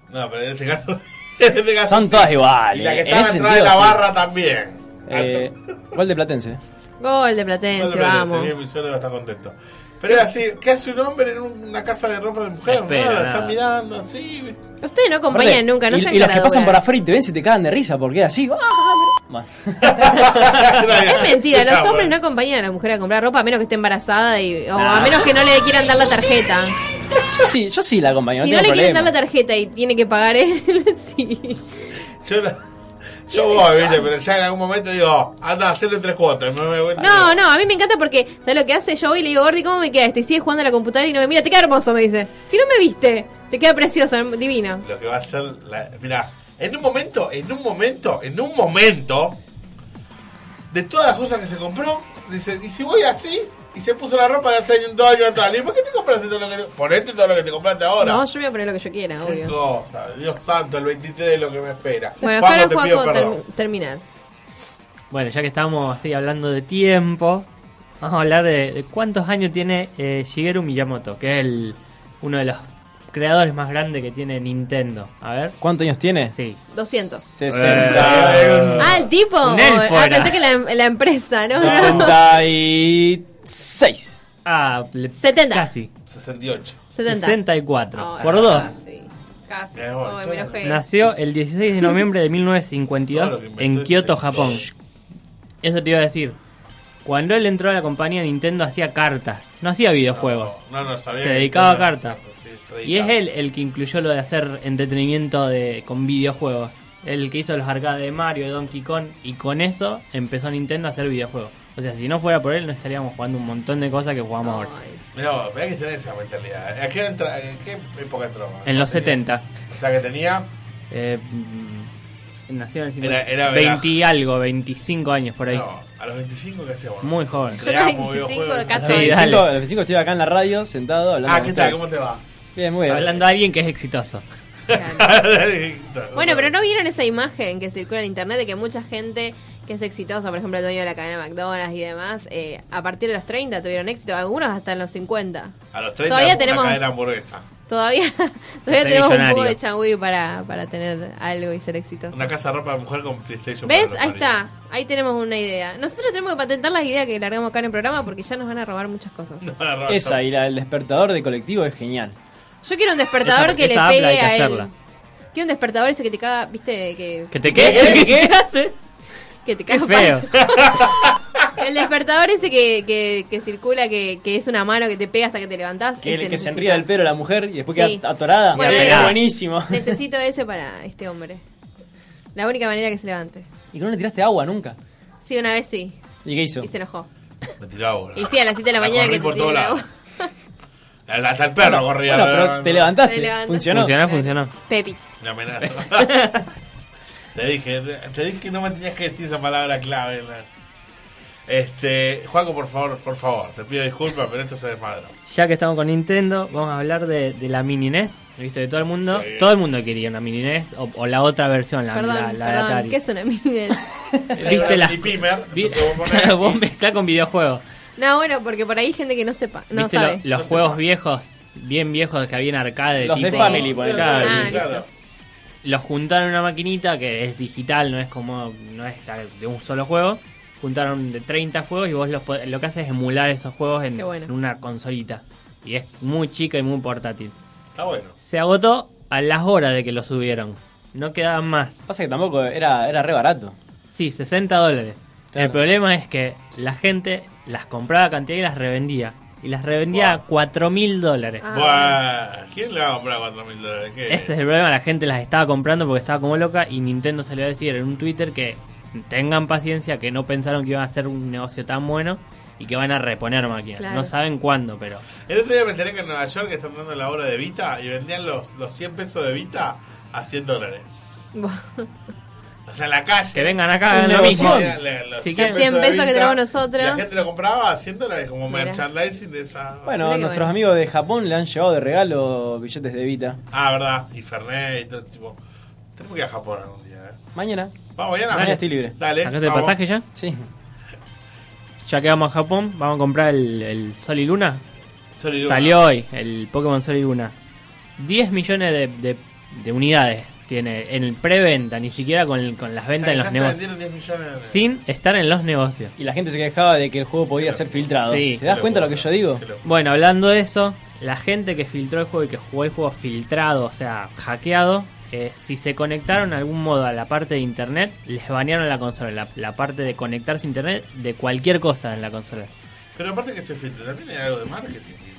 [SPEAKER 7] No, pero en este caso. en este caso
[SPEAKER 9] Son
[SPEAKER 7] sí.
[SPEAKER 9] todas iguales.
[SPEAKER 7] Y la que
[SPEAKER 9] en
[SPEAKER 7] está
[SPEAKER 9] ese
[SPEAKER 7] atrás de la
[SPEAKER 9] sentido, sí.
[SPEAKER 7] barra también.
[SPEAKER 9] Eh, gol de Platense.
[SPEAKER 5] Gol de Platense,
[SPEAKER 7] No te preocupes,
[SPEAKER 5] vamos.
[SPEAKER 7] bien, mi suegro va a estar contento. Pero es así, ¿qué hace un hombre en una casa de ropa de mujer?
[SPEAKER 8] Espera,
[SPEAKER 7] nada,
[SPEAKER 8] nada.
[SPEAKER 7] está mirando así.
[SPEAKER 5] Ustedes no acompañan
[SPEAKER 9] Aparte,
[SPEAKER 5] nunca, no
[SPEAKER 9] y,
[SPEAKER 5] sean
[SPEAKER 9] y los que pasan por
[SPEAKER 5] caraduras.
[SPEAKER 9] afuera y te ven se te cagan de risa porque era así. ¡Ah, mira! Bueno.
[SPEAKER 5] Es mentira, los hombres no acompañan a la mujer a comprar ropa a menos que esté embarazada y, o a
[SPEAKER 8] Nah.
[SPEAKER 5] menos que no le quieran dar la tarjeta.
[SPEAKER 9] Yo sí, yo sí la acompaño.
[SPEAKER 5] Si
[SPEAKER 9] no
[SPEAKER 5] no le
[SPEAKER 9] tengo
[SPEAKER 5] quieren dar la
[SPEAKER 9] problema.
[SPEAKER 5] tarjeta y tiene que pagar él, sí.
[SPEAKER 7] Yo, no- yo voy, viste, pero ya en algún momento digo, anda, hacerlo en tres cuotas. y me- me voy-
[SPEAKER 5] No, no, a mí me encanta porque, ¿sabes lo que hace? Yo voy y le digo, Gordi, ¿cómo me queda esto? Y sigue jugando a la computadora y no me mira, te queda hermoso, me dice. Si no me viste, te queda precioso, divino.
[SPEAKER 7] lo que va a ser la, mira en un momento en un momento en un momento de todas las cosas que se compró dice y si voy así y se puso la ropa de hace dos años atrás le digo, ¿por qué te compraste todo lo que te, ponete todo lo que te compraste ahora
[SPEAKER 5] No, yo me voy a poner lo que yo quiera,
[SPEAKER 7] Qué
[SPEAKER 5] obvio.
[SPEAKER 7] cosa, Dios santo, el 23 es lo que me espera.
[SPEAKER 5] Bueno,
[SPEAKER 7] Pablo,
[SPEAKER 5] ahora
[SPEAKER 7] te
[SPEAKER 5] Juaco
[SPEAKER 7] pido perdón.
[SPEAKER 5] term- terminar.
[SPEAKER 8] Bueno, ya que estamos así hablando de tiempo, vamos a hablar de, de cuántos años tiene eh, Shigeru Miyamoto, que es el, uno de los creadores más grandes que tiene Nintendo. A ver,
[SPEAKER 9] ¿Cuántos años tiene?
[SPEAKER 8] sí.
[SPEAKER 5] 200.
[SPEAKER 9] 60.
[SPEAKER 7] Eh,
[SPEAKER 5] Ah, el tipo.
[SPEAKER 8] Un
[SPEAKER 5] o-
[SPEAKER 8] elfo
[SPEAKER 5] ah,
[SPEAKER 8] era.
[SPEAKER 5] pensé que la, la empresa, ¿no?
[SPEAKER 9] 66.
[SPEAKER 8] Ah, le-
[SPEAKER 5] 70.
[SPEAKER 8] Casi.
[SPEAKER 7] 68.
[SPEAKER 5] 70.
[SPEAKER 8] 64.
[SPEAKER 5] Ah,
[SPEAKER 8] Por dos.
[SPEAKER 5] Casi. Casi.
[SPEAKER 7] Ya voy,
[SPEAKER 5] Ay, me
[SPEAKER 7] ya
[SPEAKER 5] enojé.
[SPEAKER 8] Nació el 16 de noviembre de
[SPEAKER 7] Todo
[SPEAKER 8] 1952
[SPEAKER 7] lo que inventó
[SPEAKER 8] en
[SPEAKER 7] ese
[SPEAKER 8] Kioto,
[SPEAKER 7] señor.
[SPEAKER 8] Japón. Eso te iba a decir. Cuando él entró a la compañía Nintendo hacía cartas, no hacía videojuegos.
[SPEAKER 7] No, no sabía.
[SPEAKER 8] Se
[SPEAKER 7] que-
[SPEAKER 8] dedicaba a cartas.
[SPEAKER 7] Sí,
[SPEAKER 8] Y es
[SPEAKER 7] dedicaba.
[SPEAKER 8] él el que incluyó lo de hacer entretenimiento de, con videojuegos. El que hizo los arcades de Mario, de Donkey Kong, y con eso empezó Nintendo a hacer videojuegos. O sea, si no fuera por él, no estaríamos jugando un montón de cosas que jugamos ahora.
[SPEAKER 5] Ay.
[SPEAKER 7] Mirá, vos, mirá que tenés esa mentalidad. ¿A qué, entra- en qué época entró?
[SPEAKER 8] En los
[SPEAKER 7] Tenía-
[SPEAKER 8] 70.
[SPEAKER 7] O sea que tenía.
[SPEAKER 8] Eh, mm, nació en el 50.
[SPEAKER 7] Era- era
[SPEAKER 8] 20 y algo, 25 años por ahí.
[SPEAKER 7] No, a los 25 que hacíamos.
[SPEAKER 8] Muy joven.
[SPEAKER 5] Yo tengo 25 de
[SPEAKER 9] A
[SPEAKER 5] casa.
[SPEAKER 9] los
[SPEAKER 8] Sí,
[SPEAKER 9] 25,
[SPEAKER 8] dale.
[SPEAKER 9] a los 25 estoy acá en la radio sentado hablando.
[SPEAKER 7] Ah,
[SPEAKER 9] con
[SPEAKER 7] ¿qué tal?
[SPEAKER 9] ustedes.
[SPEAKER 7] ¿Cómo te va?
[SPEAKER 9] Bien, muy bien.
[SPEAKER 8] Hablando a alguien que es exitoso.
[SPEAKER 5] Bueno, pero ¿no vieron esa imagen que circula en internet de que mucha gente que es exitosa, por ejemplo, el dueño de la cadena McDonald's y demás, eh, a partir de los 30 tuvieron éxito, algunos hasta en los 50.
[SPEAKER 7] A los 30
[SPEAKER 5] Todavía
[SPEAKER 7] una
[SPEAKER 5] tenemos-
[SPEAKER 7] cadena hamburguesa.
[SPEAKER 5] Todavía, todavía tenemos un
[SPEAKER 8] millonario.
[SPEAKER 5] poco de changui para, para tener algo y ser exitosos.
[SPEAKER 7] Una casa de ropa de mujer con PlayStation.
[SPEAKER 5] ¿Ves?
[SPEAKER 7] para
[SPEAKER 5] Ahí
[SPEAKER 7] los maridos.
[SPEAKER 5] está. Ahí tenemos una idea. Nosotros tenemos que patentar las ideas que largamos acá en el programa porque ya nos van a robar muchas cosas.
[SPEAKER 7] Para robar
[SPEAKER 9] Esa y la, el despertador de colectivo es genial.
[SPEAKER 5] Yo quiero un despertador
[SPEAKER 8] Esa-
[SPEAKER 5] que
[SPEAKER 8] esa
[SPEAKER 5] le
[SPEAKER 8] habla, hay
[SPEAKER 5] pegue
[SPEAKER 8] que
[SPEAKER 5] a él.
[SPEAKER 8] hacerla.
[SPEAKER 5] Quiero un despertador ese que te caga, viste, que...
[SPEAKER 8] ¿Que te qué? ¿Qué hace?
[SPEAKER 5] que te
[SPEAKER 8] Qué
[SPEAKER 5] caga
[SPEAKER 8] feo.
[SPEAKER 5] El despertador ese que, que, que circula, que, que es una mano que te pega hasta que te levantás.
[SPEAKER 9] Que,
[SPEAKER 5] ese
[SPEAKER 9] que se
[SPEAKER 5] necesito.
[SPEAKER 9] enría el pelo la mujer y después
[SPEAKER 5] Sí.
[SPEAKER 9] queda atorada.
[SPEAKER 5] Bueno, eh.
[SPEAKER 9] Qué
[SPEAKER 5] ese.
[SPEAKER 9] buenísimo.
[SPEAKER 5] Necesito ese para este hombre. La única manera que se levante.
[SPEAKER 9] Y que no le tiraste agua nunca.
[SPEAKER 5] Sí, una vez sí.
[SPEAKER 9] ¿Y qué hizo?
[SPEAKER 5] Y se enojó.
[SPEAKER 7] Me tiraba bola.
[SPEAKER 5] Y sí, a las 7 de la mañana
[SPEAKER 7] corrí
[SPEAKER 5] que
[SPEAKER 7] por
[SPEAKER 5] te
[SPEAKER 7] todos
[SPEAKER 5] tira
[SPEAKER 7] lados. Hasta el perro corría.
[SPEAKER 9] Bueno, pero te levantaste.
[SPEAKER 5] Te levantaste.
[SPEAKER 9] Funcionó.
[SPEAKER 8] Funcionó, funcionó.
[SPEAKER 5] Pepi.
[SPEAKER 7] Una amenaza. te dije, te dije que no me tenías que decir esa palabra clave. ¿no? Este, Juaco, por favor, por favor, te pido disculpas, pero esto se desmadró.
[SPEAKER 8] Ya que estamos con Nintendo, vamos a hablar de, de la Mini E NES. He visto que todo el mundo,
[SPEAKER 7] Sí.
[SPEAKER 8] todo el mundo quería una Mini NES o, o la otra versión, la,
[SPEAKER 5] perdón,
[SPEAKER 8] la- la de
[SPEAKER 5] perdón.
[SPEAKER 8] Atari.
[SPEAKER 5] ¿Qué es una mini?
[SPEAKER 8] Viste la-
[SPEAKER 7] Y Pimer,
[SPEAKER 8] vi-
[SPEAKER 7] entonces vos ponés-
[SPEAKER 8] vos mezclás con videojuegos.
[SPEAKER 5] no, bueno, porque por ahí hay gente que no sepa, no
[SPEAKER 8] Viste
[SPEAKER 5] sabe.
[SPEAKER 8] lo- los juegos viejos, bien viejos que había en arcade.
[SPEAKER 9] Los de
[SPEAKER 8] tipo-
[SPEAKER 9] Family, por ejemplo.
[SPEAKER 8] Claro,
[SPEAKER 5] Ah,
[SPEAKER 7] Claro.
[SPEAKER 8] los juntaron en una maquinita que es digital, no es como no es la- de un solo juego. Juntaron de 30 juegos y vos los pod- lo que haces es emular esos juegos en,
[SPEAKER 5] Qué bueno.
[SPEAKER 8] en una consolita. Y es muy chica y muy portátil.
[SPEAKER 7] Está bueno.
[SPEAKER 8] Se agotó a las horas de que lo subieron. No quedaban más.
[SPEAKER 9] Pasa que tampoco era, era re barato.
[SPEAKER 8] Sí, 60 dólares.
[SPEAKER 9] Claro.
[SPEAKER 8] El problema es que la gente las compraba a cantidad y las revendía. Y las revendía a 4 mil dólares.
[SPEAKER 5] Ah.
[SPEAKER 7] Buah, ¿Quién le va a comprar 4 mil dólares? ¿Qué?
[SPEAKER 8] Ese es el problema, la gente las estaba comprando porque estaba como loca y Nintendo salió a decir en un Twitter que tengan paciencia, que no pensaron que iban a hacer un negocio tan bueno y que van a reponer máquinas.
[SPEAKER 5] Claro.
[SPEAKER 8] No saben cuándo, pero...
[SPEAKER 7] El otro día me enteré que en Nueva York están dando la obra de Vita y vendían los, los 100 pesos de Vita a 100 dólares. O sea, en la calle.
[SPEAKER 8] Que vengan acá,
[SPEAKER 9] Un
[SPEAKER 8] hagan lo mismo.
[SPEAKER 9] negocio.
[SPEAKER 7] Vendían le- los
[SPEAKER 8] Si
[SPEAKER 5] quieren. 100
[SPEAKER 7] de
[SPEAKER 5] pesos que
[SPEAKER 7] Vita,
[SPEAKER 5] tenemos nosotros.
[SPEAKER 7] y La gente lo compraba a 100 dólares como
[SPEAKER 5] Mira.
[SPEAKER 7] merchandising de esa.
[SPEAKER 9] Bueno,
[SPEAKER 5] Mirá qué
[SPEAKER 9] nuestros
[SPEAKER 5] bueno.
[SPEAKER 9] amigos de Japón le han llevado de regalo billetes de Vita.
[SPEAKER 7] Ah, verdad. Y Fernet y todo tipo. Tenemos que ir a Japón algún día, ¿eh?
[SPEAKER 9] Mañana.
[SPEAKER 7] Vamos, mañana.
[SPEAKER 8] Dale,
[SPEAKER 9] estoy libre.
[SPEAKER 7] Dale.
[SPEAKER 8] ¿Sacaste el
[SPEAKER 7] vamos.
[SPEAKER 8] pasaje ya?
[SPEAKER 9] Sí.
[SPEAKER 8] Ya que vamos a Japón, vamos a comprar el, el Sol y Luna.
[SPEAKER 7] Sol y luna.
[SPEAKER 8] Salió hoy el Pokémon Sol y Luna. 10 millones de, de- de unidades tiene en el preventa, ni siquiera con, con las
[SPEAKER 7] O sea,
[SPEAKER 8] ventas en
[SPEAKER 7] ya
[SPEAKER 8] los
[SPEAKER 7] se
[SPEAKER 8] negocios.
[SPEAKER 7] vendieron 10 millones. de-
[SPEAKER 8] Sin estar en los negocios.
[SPEAKER 9] Y la gente se quejaba de que el juego podía ser filtrado.
[SPEAKER 8] Sí.
[SPEAKER 9] ¿Te das
[SPEAKER 7] Qué
[SPEAKER 9] cuenta de lo que
[SPEAKER 7] locura,
[SPEAKER 9] yo digo?
[SPEAKER 7] qué locura.
[SPEAKER 8] Bueno, hablando de eso, la gente que filtró el juego y que jugó el juego filtrado, o sea, hackeado, eh, si se conectaron de algún modo a la parte de internet, les banearon la consola, la, la parte de conectarse a internet de cualquier cosa en la consola.
[SPEAKER 7] Pero aparte que se filtra, también hay algo de marketing. chicos.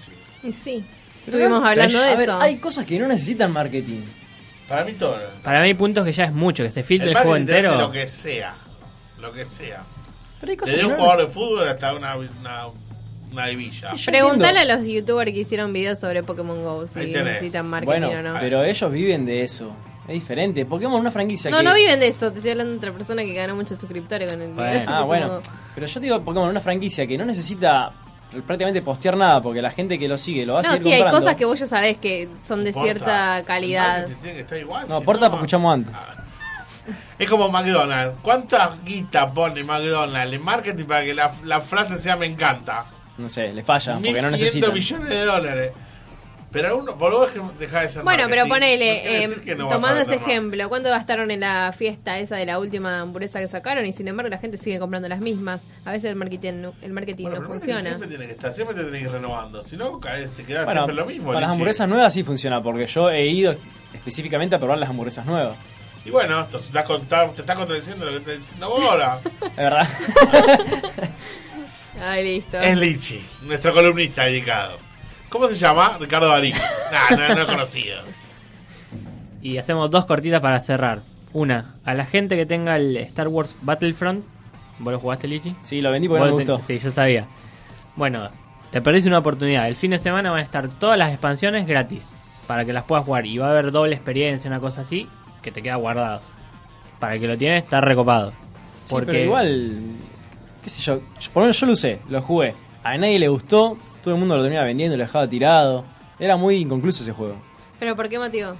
[SPEAKER 5] Sí. Estuvimos hablando
[SPEAKER 9] Pero,
[SPEAKER 5] de
[SPEAKER 9] a ver,
[SPEAKER 5] eso.
[SPEAKER 9] hay cosas que no necesitan marketing.
[SPEAKER 7] Para mí todo.
[SPEAKER 8] Para mí, punto es que ya es mucho, que se filtre el, juego
[SPEAKER 7] marketing te vende
[SPEAKER 8] entero.
[SPEAKER 7] Lo que sea. Lo que sea.
[SPEAKER 9] Pero hay cosas
[SPEAKER 7] Desde
[SPEAKER 9] que
[SPEAKER 7] un
[SPEAKER 9] no
[SPEAKER 7] jugador de fútbol hasta una, una, una divilla.
[SPEAKER 9] Sí, yo
[SPEAKER 5] Preguntale
[SPEAKER 9] entiendo.
[SPEAKER 5] a los youtubers que hicieron videos sobre Pokémon GO si
[SPEAKER 7] Ahí tenés.
[SPEAKER 5] necesitan marketing
[SPEAKER 9] Bueno,
[SPEAKER 5] o no.
[SPEAKER 9] pero ellos viven de eso. Es diferente. Pokémon es una franquicia
[SPEAKER 5] No,
[SPEAKER 9] que...
[SPEAKER 5] no viven de eso. Te estoy hablando de otra persona que ganó muchos suscriptores con el video.
[SPEAKER 8] Bueno.
[SPEAKER 5] de
[SPEAKER 9] Ah,
[SPEAKER 5] Pokémon
[SPEAKER 9] bueno.
[SPEAKER 5] Go.
[SPEAKER 9] Pero yo te digo Pokémon, una franquicia que no necesita prácticamente postear nada porque la gente que lo sigue lo va a
[SPEAKER 5] No,
[SPEAKER 9] seguir
[SPEAKER 5] sí, hay
[SPEAKER 9] comprando.
[SPEAKER 5] cosas que vos ya sabés que son de
[SPEAKER 7] Porta.
[SPEAKER 5] cierta
[SPEAKER 7] El
[SPEAKER 5] calidad.
[SPEAKER 7] marketing tiene que estar igual,
[SPEAKER 9] No,
[SPEAKER 7] si
[SPEAKER 9] Porta porque escuchamos antes.
[SPEAKER 7] Ah. Es como McDonald's. ¿Cuánta guita pone McDonald's en marketing para que la, la frase sea me encanta?
[SPEAKER 9] No sé, le falla porque no
[SPEAKER 7] 1.500
[SPEAKER 9] necesita.
[SPEAKER 7] millones de dólares. Pero uno, por vos deja de ser
[SPEAKER 5] Bueno, pero
[SPEAKER 7] marketing. No quiere
[SPEAKER 5] ponele,
[SPEAKER 7] decir
[SPEAKER 5] eh,
[SPEAKER 7] que no vas a
[SPEAKER 5] tomando ese
[SPEAKER 7] vender más.
[SPEAKER 5] ejemplo, ¿cuánto gastaron en la fiesta esa de la última hamburguesa que sacaron? Y sin embargo la gente sigue comprando las mismas. A veces el marketing no, el marketing
[SPEAKER 7] Bueno,
[SPEAKER 5] no
[SPEAKER 7] pero
[SPEAKER 5] funciona.
[SPEAKER 7] Siempre tiene que estar, siempre te tenés que ir renovando. Si no, caes, te quedas
[SPEAKER 9] Bueno,
[SPEAKER 7] siempre lo mismo.
[SPEAKER 9] para las
[SPEAKER 7] Lichi.
[SPEAKER 9] hamburguesas nuevas sí funciona porque yo he ido específicamente a probar las hamburguesas nuevas.
[SPEAKER 7] Y bueno, entonces estás contando, te estás contradiciendo lo que estás diciendo vos ahora.
[SPEAKER 9] La verdad.
[SPEAKER 5] Ay, listo.
[SPEAKER 7] Es Lichi, nuestro columnista dedicado. ¿Cómo se llama? Ricardo Darín. Nah, no, no es conocido.
[SPEAKER 8] Y hacemos dos cortitas para cerrar. Una, a la gente que tenga el Star Wars Battlefront, ¿vos lo jugaste, Lichi?
[SPEAKER 9] Sí, lo vendí porque no me
[SPEAKER 8] Vos te-
[SPEAKER 9] gustó.
[SPEAKER 8] Sí, yo sabía. Bueno, te perdiste una oportunidad. El fin de semana van a estar todas las expansiones gratis para que las puedas jugar. Y va a haber doble experiencia, una cosa así, que te queda guardado. Para el que lo tiene, está recopado.
[SPEAKER 9] Sí, pero igual, qué sé yo, yo- por lo menos yo lo usé, lo jugué. A nadie le gustó, todo el mundo lo terminaba vendiendo, lo dejaba tirado. Era muy inconcluso ese juego.
[SPEAKER 5] ¿Pero por qué motivo?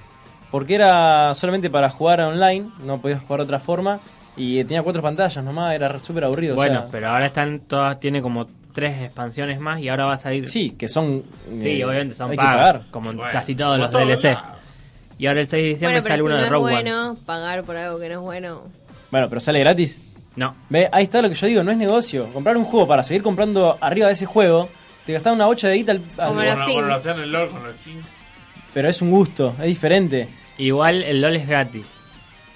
[SPEAKER 9] Porque era solamente para jugar online, no podías jugar de otra forma. Y tenía cuatro pantallas nomás, era re- súper aburrido. o
[SPEAKER 8] Bueno,
[SPEAKER 9] sea,
[SPEAKER 8] pero ahora están todas, tiene como tres expansiones más y ahora va a salir.
[SPEAKER 9] Sí, que son.
[SPEAKER 8] Sí,
[SPEAKER 9] eh,
[SPEAKER 8] obviamente son
[SPEAKER 9] hay que
[SPEAKER 8] pagas,
[SPEAKER 9] pagar.
[SPEAKER 8] como en
[SPEAKER 7] Bueno,
[SPEAKER 8] casi todos
[SPEAKER 7] como
[SPEAKER 8] los
[SPEAKER 7] todos
[SPEAKER 8] DLC.
[SPEAKER 7] lados.
[SPEAKER 8] Y ahora el 6 de diciembre
[SPEAKER 5] Bueno, pero
[SPEAKER 8] sale
[SPEAKER 5] si
[SPEAKER 8] uno
[SPEAKER 5] no
[SPEAKER 8] de
[SPEAKER 5] es
[SPEAKER 8] Rogue One.
[SPEAKER 5] bueno pagar por algo que no es bueno.
[SPEAKER 9] Bueno, pero sale gratis.
[SPEAKER 8] No,
[SPEAKER 9] Ve, ahí está lo que yo digo, no es negocio. Comprar un juego para seguir comprando arriba de ese juego, te gastaba una bocha de guita al- al-
[SPEAKER 5] Como
[SPEAKER 7] Bueno,
[SPEAKER 5] los
[SPEAKER 7] bueno,
[SPEAKER 5] Sims.
[SPEAKER 7] lo hacían en LOL con los Kings.
[SPEAKER 9] Pero es un gusto, es diferente.
[SPEAKER 8] Igual el LOL es gratis.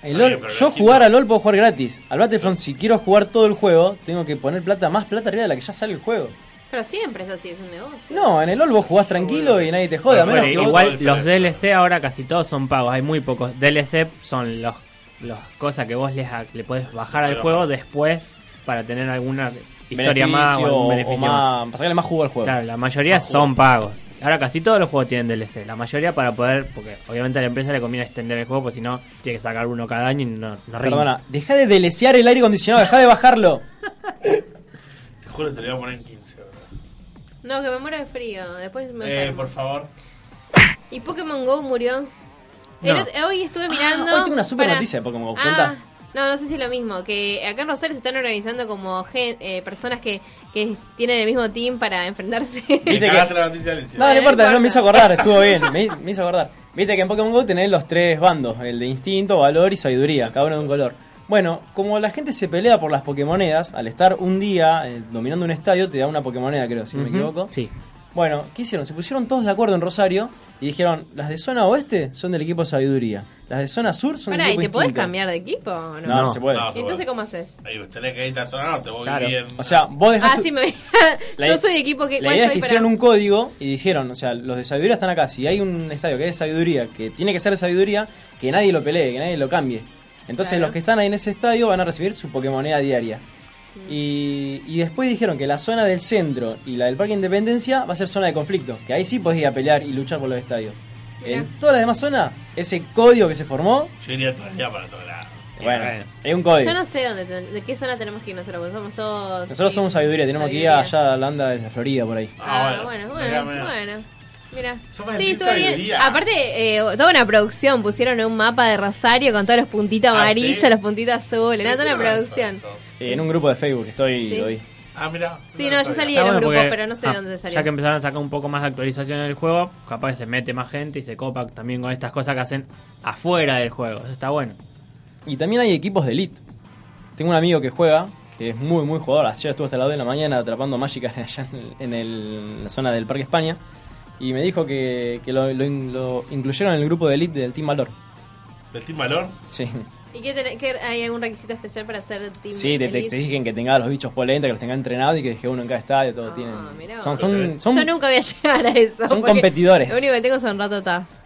[SPEAKER 9] El LOL, yo jugar a LOL puedo jugar gratis. Al Battlefront, si quiero jugar todo el juego, tengo que poner plata, más plata arriba de la que ya sale el juego.
[SPEAKER 5] Pero siempre es así, es un negocio.
[SPEAKER 9] No, en el LOL vos jugás tranquilo y nadie te jode. a menos
[SPEAKER 8] Bueno,
[SPEAKER 9] que vos-
[SPEAKER 8] igual los DLC ahora casi todos son pagos, hay muy pocos. DLC son los las cosas que vos les, le podés bajar al
[SPEAKER 9] Claro.
[SPEAKER 8] juego después para tener alguna historia más o
[SPEAKER 9] Beneficio
[SPEAKER 8] algún
[SPEAKER 9] o
[SPEAKER 8] beneficio
[SPEAKER 9] más- para sacarle más jugo al juego.
[SPEAKER 8] Claro, la mayoría
[SPEAKER 9] Más jugo.
[SPEAKER 8] son pagos. Ahora casi todos los juegos tienen DLC. La mayoría para poder, porque obviamente a la empresa le conviene extender el juego, porque si no, tiene que sacar uno cada año y no, no rinde.
[SPEAKER 9] Perdona, deja de delesear el aire acondicionado, deja de bajarlo.
[SPEAKER 7] Te juro que te lo voy a poner en 15. ahora.
[SPEAKER 5] No, que me muero de frío. Después me
[SPEAKER 7] Eh,
[SPEAKER 5] enfermo.
[SPEAKER 7] por favor.
[SPEAKER 5] ¿Y Pokémon Go murió?
[SPEAKER 9] No. Ah,
[SPEAKER 5] El ot- hoy estuve mirando.
[SPEAKER 9] hoy tengo una super
[SPEAKER 5] para-
[SPEAKER 9] noticia de Pokémon Go,
[SPEAKER 5] Ah,
[SPEAKER 9] contá.
[SPEAKER 5] no, no sé si es lo mismo. Que acá en Rosario se están organizando como gen- eh, personas que, que tienen el mismo team para enfrentarse.
[SPEAKER 9] Viste que-
[SPEAKER 7] Cagaste la noticia, Alicia.
[SPEAKER 9] No, no importa, no me hizo acordar, estuvo bien, me, me hizo acordar. Viste que en Pokémon GO tenés los tres bandos, el de instinto, valor y sabiduría, cada uno de un color. Bueno, como la gente se pelea por las Pokémonedas, al estar un día eh, dominando un estadio te da una Pokémoneda, creo, si no me
[SPEAKER 8] Ujú,
[SPEAKER 9] equivoco.
[SPEAKER 8] Sí.
[SPEAKER 9] Bueno, ¿qué hicieron? Se pusieron todos de acuerdo en Rosario y dijeron, las de zona oeste son del equipo sabiduría, las de zona sur son
[SPEAKER 5] Pará,
[SPEAKER 9] del
[SPEAKER 5] ¿y
[SPEAKER 9] equipo
[SPEAKER 5] te podés
[SPEAKER 9] instinto".
[SPEAKER 5] cambiar de equipo? o
[SPEAKER 9] No, no se puede.
[SPEAKER 7] No, se
[SPEAKER 5] Entonces, ¿cómo haces?
[SPEAKER 7] Ahí, vos tenés que ir a la zona norte, vos
[SPEAKER 9] Claro.
[SPEAKER 7] bien.
[SPEAKER 9] O sea, vos dejás
[SPEAKER 5] Ah,
[SPEAKER 9] tu-
[SPEAKER 5] sí, me
[SPEAKER 9] La
[SPEAKER 5] Yo
[SPEAKER 9] idea-
[SPEAKER 5] soy de equipo que.
[SPEAKER 9] La
[SPEAKER 5] ¿cuál
[SPEAKER 9] idea es
[SPEAKER 5] soy
[SPEAKER 9] que
[SPEAKER 5] para-
[SPEAKER 9] hicieron un código y dijeron, o sea, los de sabiduría están acá. Si hay un estadio que es de sabiduría, que tiene que ser de sabiduría, que nadie lo pelee, que nadie lo cambie. Entonces
[SPEAKER 8] Claro.
[SPEAKER 9] los que están ahí en ese estadio van a recibir su Pokémoneda diaria. Y, y después dijeron que la zona del centro y la del Parque Independencia va a ser zona de conflicto, que ahí sí podés ir a pelear y luchar por los estadios.
[SPEAKER 5] Mirá.
[SPEAKER 9] En todas las demás zonas, ese código que se formó,
[SPEAKER 7] Yo iría todo el día para todo lado.
[SPEAKER 9] bueno, es un código.
[SPEAKER 5] Yo no sé dónde ten- de qué zona tenemos que ir nosotros, porque somos todos.
[SPEAKER 9] Nosotros somos sabiduría, tenemos que ir
[SPEAKER 5] Sabiduría.
[SPEAKER 9] allá a la anda de la Florida por ahí.
[SPEAKER 5] Ah, bueno,
[SPEAKER 7] Mirá,
[SPEAKER 5] bueno,
[SPEAKER 7] mirá.
[SPEAKER 5] bueno. Mira,
[SPEAKER 7] Somos
[SPEAKER 5] sí,
[SPEAKER 7] de
[SPEAKER 5] estuvo bien.
[SPEAKER 7] sabiduría.
[SPEAKER 5] Aparte, eh, toda una producción. Pusieron un mapa de Rosario con todos los puntitos
[SPEAKER 9] Ah,
[SPEAKER 5] amarillos,
[SPEAKER 9] ¿sí?
[SPEAKER 5] los puntitos azules. Era toda una
[SPEAKER 9] Qué
[SPEAKER 5] producción.
[SPEAKER 9] Eh, en un grupo de Facebook estoy
[SPEAKER 5] Sí.
[SPEAKER 9] hoy.
[SPEAKER 7] Ah, mira.
[SPEAKER 5] Sí, no, yo salí de
[SPEAKER 8] Está
[SPEAKER 5] los
[SPEAKER 8] bueno
[SPEAKER 5] grupos,
[SPEAKER 8] porque,
[SPEAKER 5] pero no sé
[SPEAKER 8] ah,
[SPEAKER 5] de dónde salió.
[SPEAKER 8] Ya que empezaron a sacar un poco más de actualización en el juego, capaz que se mete más gente y se copa también con estas cosas que hacen afuera del juego. Eso está bueno.
[SPEAKER 9] Y también hay equipos de elite. Tengo un amigo que juega, que es muy, muy jugador. Ayer estuvo hasta las 2 de la mañana atrapando mágicas allá en, el- en el- en la zona del Parque España. Y me dijo que, que lo, lo in- lo incluyeron en el grupo de elite del Team Valor.
[SPEAKER 7] Ah, ¿Del Team Valor?
[SPEAKER 9] Sí.
[SPEAKER 5] ¿Y qué, tenés- qué- hay algún requisito especial para hacer team?
[SPEAKER 9] Sí, te, te
[SPEAKER 5] elite?
[SPEAKER 9] exigen que tenga los bichos polenta, que los tenga entrenados y que deje uno en cada estadio. Todo tienen.
[SPEAKER 5] Ah, mirá
[SPEAKER 9] Son,
[SPEAKER 5] vos.
[SPEAKER 9] son, son-
[SPEAKER 5] Yo nunca voy a llegar a eso.
[SPEAKER 9] son
[SPEAKER 5] porque
[SPEAKER 9] competidores.
[SPEAKER 5] Lo único que tengo son ratatas.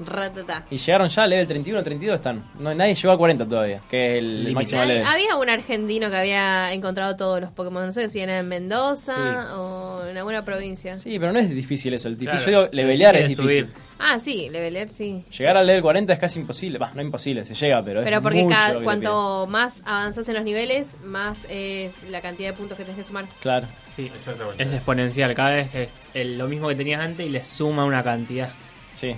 [SPEAKER 5] Ratatá.
[SPEAKER 9] Y llegaron ya al level 31, 32 están. No, nadie llegó a 40 todavía, que es el,
[SPEAKER 5] Límite.
[SPEAKER 9] máximo
[SPEAKER 5] Nadie-
[SPEAKER 9] level.
[SPEAKER 5] Había un argentino que había encontrado todos los Pokémon. No sé si era en Mendoza o en alguna provincia.
[SPEAKER 9] Sí, pero no es difícil eso. El difícil,
[SPEAKER 8] Claro.
[SPEAKER 9] yo digo, levelear
[SPEAKER 8] Difícil
[SPEAKER 9] es
[SPEAKER 8] de
[SPEAKER 9] difícil.
[SPEAKER 5] Ah, sí, Leveler sí.
[SPEAKER 9] Llegar al level 40 es casi imposible. Va, no imposible, se llega, pero,
[SPEAKER 5] Pero
[SPEAKER 9] es
[SPEAKER 5] porque
[SPEAKER 9] mucho
[SPEAKER 5] cada-
[SPEAKER 9] lo que te
[SPEAKER 5] cuanto más avanzas en los niveles, más es la cantidad de puntos que tenés que sumar.
[SPEAKER 9] piden. Claro.
[SPEAKER 8] Sí, es exponencial. Cada vez es el- lo mismo que tenías antes y le suma una cantidad.
[SPEAKER 9] Sí.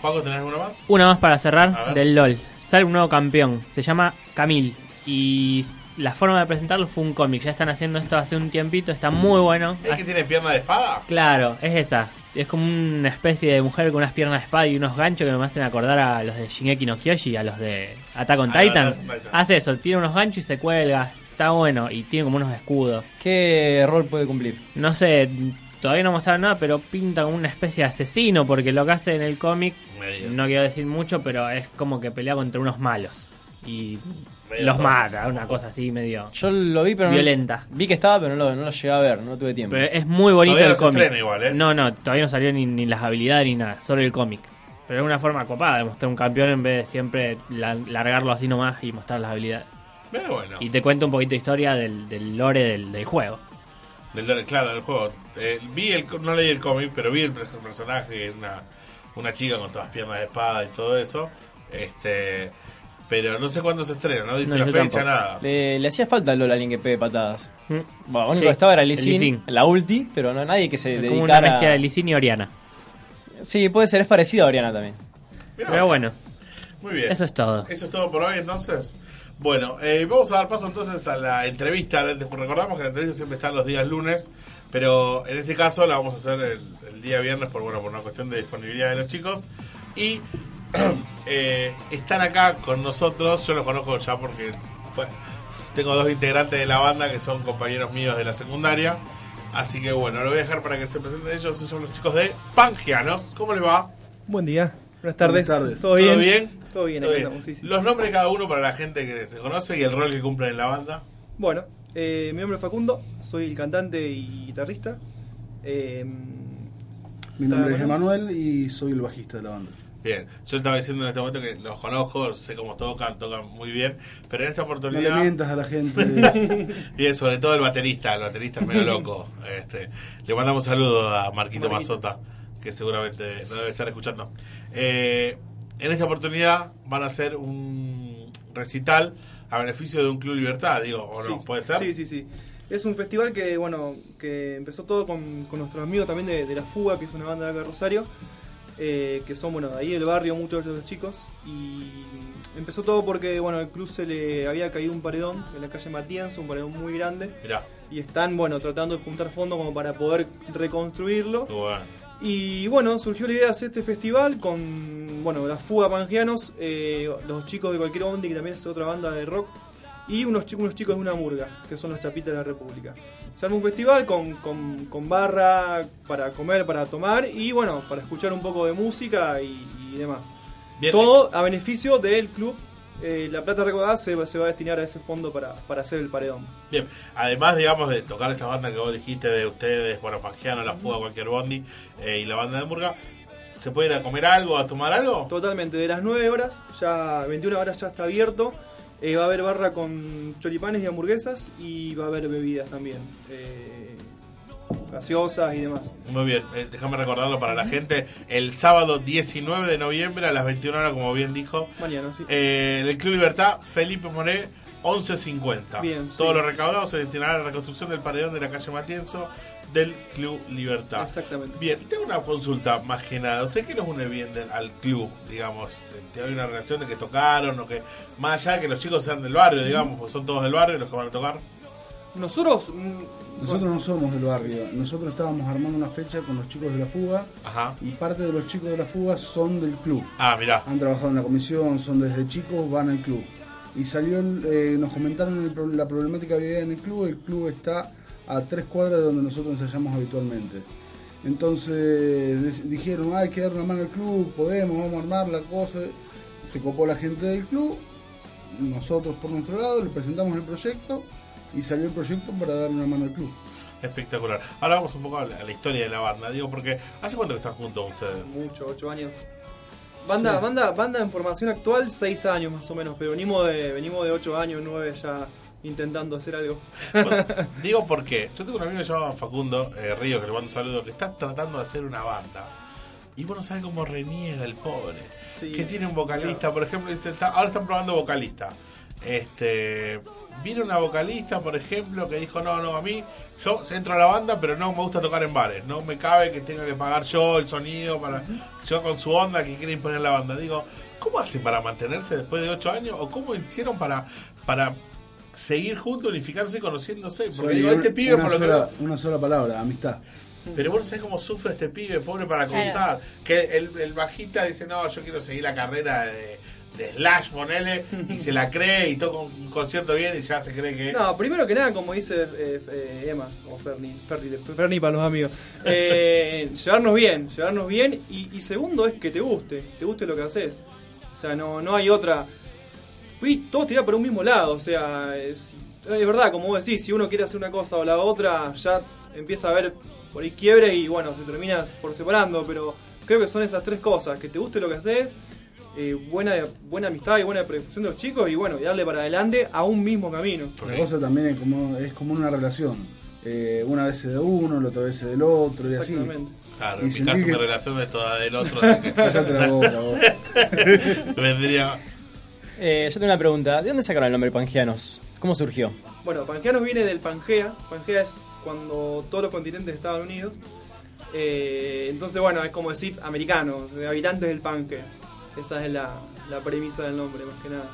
[SPEAKER 7] Juaco, ¿tenés alguna más?
[SPEAKER 8] Una más para
[SPEAKER 7] A
[SPEAKER 8] cerrar
[SPEAKER 7] ver.
[SPEAKER 8] del LOL. Sale un nuevo campeón. Se llama Camil. Y la forma de presentarlo fue un cómic. Ya están haciendo esto hace un tiempito. Está muy bueno.
[SPEAKER 7] ¿Es que tiene pierna de espada?
[SPEAKER 8] Claro, es esa. Es como una especie de mujer con unas piernas de espada y unos ganchos que me hacen acordar a los de Shingeki no Kyoshi, a los de Attack on
[SPEAKER 9] A los de
[SPEAKER 8] Titan.
[SPEAKER 9] Attack on Titan.
[SPEAKER 8] Hace eso, tiene unos ganchos y se cuelga. Está bueno y tiene como unos escudos.
[SPEAKER 9] ¿Qué rol puede cumplir?
[SPEAKER 8] No sé, todavía no mostraron nada, pero pinta como una especie de asesino porque lo que hace en el cómic, no quiero decir mucho, pero es como que pelea contra unos malos y
[SPEAKER 9] Medio
[SPEAKER 8] los
[SPEAKER 9] tosco.
[SPEAKER 8] mata, una cosa así medio.
[SPEAKER 9] Yo lo vi, pero no-
[SPEAKER 8] Violenta.
[SPEAKER 9] vi que estaba, pero no lo, no lo llegué a ver, no tuve tiempo.
[SPEAKER 8] Pero eh, es muy bonito
[SPEAKER 9] Todavía
[SPEAKER 8] el
[SPEAKER 9] no se
[SPEAKER 8] cómic.
[SPEAKER 9] estrena igual, ¿eh?
[SPEAKER 8] No, no, todavía no salió ni, ni las habilidades ni nada, solo el cómic. Pero es una forma copada de mostrar un campeón en vez de siempre la- largarlo así nomás y mostrar las habilidades.
[SPEAKER 7] Pero bueno.
[SPEAKER 8] Y te cuento un poquito de historia del, del lore del, del juego.
[SPEAKER 7] Del- claro, del juego. Eh, vi el, no leí el cómic, pero vi el, per- el personaje, una, una chica con todas piernas de espada y todo eso. Este, pero no sé cuándo se estrena, no dice
[SPEAKER 9] No,
[SPEAKER 7] la
[SPEAKER 9] yo
[SPEAKER 7] fecha,
[SPEAKER 9] tampoco.
[SPEAKER 7] nada.
[SPEAKER 9] Le, le hacía falta al LOL a alguien que pegue patadas.
[SPEAKER 8] Mm.
[SPEAKER 9] Bueno, lo único
[SPEAKER 8] Sí,
[SPEAKER 9] que estaba era Lee
[SPEAKER 8] el
[SPEAKER 9] Sin,
[SPEAKER 8] Lee Sin.
[SPEAKER 9] la ulti, pero no nadie que se
[SPEAKER 8] Es como una
[SPEAKER 9] dedicara.
[SPEAKER 8] mezcla de Lee Sin y Oriana.
[SPEAKER 9] Sí, puede ser, es parecido a Oriana también.
[SPEAKER 8] Pero bueno,
[SPEAKER 7] Muy bien.
[SPEAKER 8] Eso es todo.
[SPEAKER 7] Eso es todo por hoy entonces. Bueno, eh, vamos a dar paso entonces a la entrevista. Recordamos que la entrevista siempre está los días lunes, pero en este caso la vamos a hacer el, el día viernes por bueno por una cuestión de disponibilidad de los chicos. Y eh, están acá con nosotros, yo los conozco ya porque bueno, tengo dos integrantes de la banda que son compañeros míos de la secundaria. Así que bueno, lo voy a dejar para que se presenten ellos. Ellos son los chicos de Pangeanos. ¿Cómo les va?
[SPEAKER 16] Buen día, buenas tardes.
[SPEAKER 7] Buenas tardes.
[SPEAKER 16] ¿Todo bien?
[SPEAKER 7] ¿Todo bien?
[SPEAKER 9] Todo bien,
[SPEAKER 7] Todo
[SPEAKER 9] acá
[SPEAKER 7] bien.
[SPEAKER 9] estamos, sí, sí.
[SPEAKER 7] Los nombres de cada uno para la gente que se conoce y el rol que cumplen en la banda.
[SPEAKER 9] Bueno, eh, mi nombre es Facundo, soy el cantante y guitarrista. Eh,
[SPEAKER 2] Mi nombre es Emanuel y soy el bajista de la banda.
[SPEAKER 7] Bien, yo estaba diciendo en este momento que los conozco, sé cómo tocan, tocan muy bien, pero en esta
[SPEAKER 2] No le
[SPEAKER 7] oportunidad...
[SPEAKER 2] mientas a la gente.
[SPEAKER 7] Bien, sobre todo el baterista, el baterista es medio loco. Este, le mandamos saludos a Marquito Mazota, que seguramente no debe estar escuchando. Eh, en esta oportunidad van a hacer un recital a beneficio de un Club Libertad, digo, o no,
[SPEAKER 9] Sí.
[SPEAKER 7] puede ser.
[SPEAKER 9] Sí, sí, sí. Es un festival que, bueno, que empezó todo con, con nuestros amigos también de, de La Fuga, que es una banda de acá de Rosario, eh, que son, bueno, de ahí del barrio, muchos de los chicos. Y empezó todo porque, bueno, al club se le había caído un paredón en la calle Matías, un paredón muy grande.
[SPEAKER 7] Mirá.
[SPEAKER 9] Y están, bueno, tratando de juntar fondos como para poder reconstruirlo.
[SPEAKER 7] Bueno.
[SPEAKER 9] Y bueno, surgió la idea de hacer este festival con, bueno, la fuga Pangeanos, eh, los chicos de cualquier bondi, que también es otra banda de rock, y unos, chi- unos chicos de una murga, que son los chapitas de la República. Se arma un festival con, con- con barra para comer, para tomar, y bueno, para escuchar un poco de música y, y demás. Todo a beneficio del club. Eh, la plata recaudada se, va- se va a destinar a ese fondo para, para hacer el paredón.
[SPEAKER 7] Bien, además, digamos, de tocar estas bandas que vos dijiste de ustedes, bueno, Pangeano, La Fuga, cualquier Bondi, eh, y la banda de Murga, ¿se puede ir a comer algo, a tomar algo?
[SPEAKER 9] Totalmente, de las 9 horas, ya 21 horas ya está abierto. Eh, va a haber barra con choripanes y hamburguesas y va a haber bebidas también. eh, gaseosas y demás.
[SPEAKER 7] Muy bien, eh, déjame recordarlo para la gente. El sábado 19 de noviembre a las 21 horas, como bien dijo.
[SPEAKER 9] Mañana, sí.
[SPEAKER 7] eh, en el Club Libertad, Felipe Moré, 11.50.
[SPEAKER 9] Bien,
[SPEAKER 7] Todo
[SPEAKER 9] sí.
[SPEAKER 7] lo recaudado se destinará a la reconstrucción del paredón de la calle Matienzo del Club Libertad.
[SPEAKER 9] Exactamente.
[SPEAKER 7] Bien, tengo una consulta más que nada. ¿Usted qué nos une bien del- al club, digamos? ¿Te, te hay una relación de que tocaron o que, más allá de que los chicos sean del barrio, digamos, pues son todos del barrio los que van a tocar?
[SPEAKER 9] Nosotros,
[SPEAKER 2] Nosotros no somos del barrio, nosotros estábamos armando una fecha con los chicos de la fuga
[SPEAKER 7] Ajá.
[SPEAKER 2] y parte de los chicos de la fuga son del club.
[SPEAKER 7] Ah, mirá.
[SPEAKER 2] Han trabajado en la comisión, son desde chicos, van al club. Y salió, eh, nos comentaron el pro- la problemática que había en el club, el club está a tres cuadras de donde nosotros ensayamos habitualmente. Entonces de- dijeron, "Ah, hay que dar una mano al club, podemos, vamos a armar la cosa. Se copó la gente del club, nosotros por nuestro lado le presentamos el proyecto y salió el proyecto para darle una mano al club.
[SPEAKER 7] Espectacular. Ahora vamos un poco a la, a la historia de la banda, digo, porque ¿hace cuánto que están juntos ustedes?
[SPEAKER 9] mucho, 8 años. Banda,
[SPEAKER 7] Sí.
[SPEAKER 9] banda, banda en formación actual, 6 años más o menos, pero venimos de, venimos de 8 años, 9 ya intentando hacer algo.
[SPEAKER 7] Digo porque yo tengo un amigo que se llama Facundo eh, Río, que le mando un saludo, que está tratando de hacer una banda. Y vos no sabés cómo reniega el pobre. Que tiene un vocalista, por ejemplo, dice, "Está- ahora están probando vocalista. Este, vino una vocalista, por ejemplo, que dijo, no, no, a mí, yo entro a la banda, pero no me gusta tocar en bares. No me cabe que tenga que pagar yo el sonido para yo con su onda que quiere imponer la banda. Digo, ¿cómo hacen para mantenerse después de ocho años? ¿O cómo hicieron para, para seguir juntos, unificarse y conociéndose? Porque
[SPEAKER 2] Soy
[SPEAKER 7] digo,
[SPEAKER 2] un-
[SPEAKER 7] este pibe
[SPEAKER 2] una
[SPEAKER 7] por lo que...
[SPEAKER 2] sola- una sola palabra, amistad.
[SPEAKER 7] Pero vos no sabés cómo sufre este pibe, pobre, para
[SPEAKER 2] Claro.
[SPEAKER 7] contar. Que el, el bajista dice, no, yo quiero seguir la carrera de, de Slash, ponele, y se la cree y toca un concierto bien y ya se cree que...
[SPEAKER 9] No, primero que nada, como dice eh, eh, Emma, o Ferni, Ferni, Ferni para los amigos, eh, llevarnos bien, llevarnos bien y, y segundo es que te guste, te guste lo que haces. O sea, no, no hay otra... Y todos tirar por un mismo lado, o sea, es, es verdad, como vos decís, si uno quiere hacer una cosa o la otra, ya empieza a haber por ahí quiebres y bueno, se terminas por separando, pero creo que son esas tres cosas, que te guste lo que haces, eh, buena, buena amistad y buena predisposición de los chicos y bueno, y darle para adelante a un mismo camino.
[SPEAKER 2] La cosa también es como, es como una relación. Eh, una vez es de uno, la otra vez es del otro y así.
[SPEAKER 9] Exactamente.
[SPEAKER 7] Claro,
[SPEAKER 2] Y
[SPEAKER 7] en mi
[SPEAKER 2] sentí
[SPEAKER 7] caso
[SPEAKER 2] que-
[SPEAKER 7] mi relación es toda del otro. así que-
[SPEAKER 2] Cállate la boca, vos.
[SPEAKER 7] Vendría...
[SPEAKER 17] Eh, yo tengo una pregunta. ¿De dónde sacaron el nombre Pangianos? ¿Cómo surgió?
[SPEAKER 9] Bueno, Pangeanos viene del Pangea. Pangea es cuando todos los continentes estaban unidos. Eh, entonces, bueno, es como decir americanos, de habitantes del Pangea. Esa es la, la premisa del nombre, más que nada.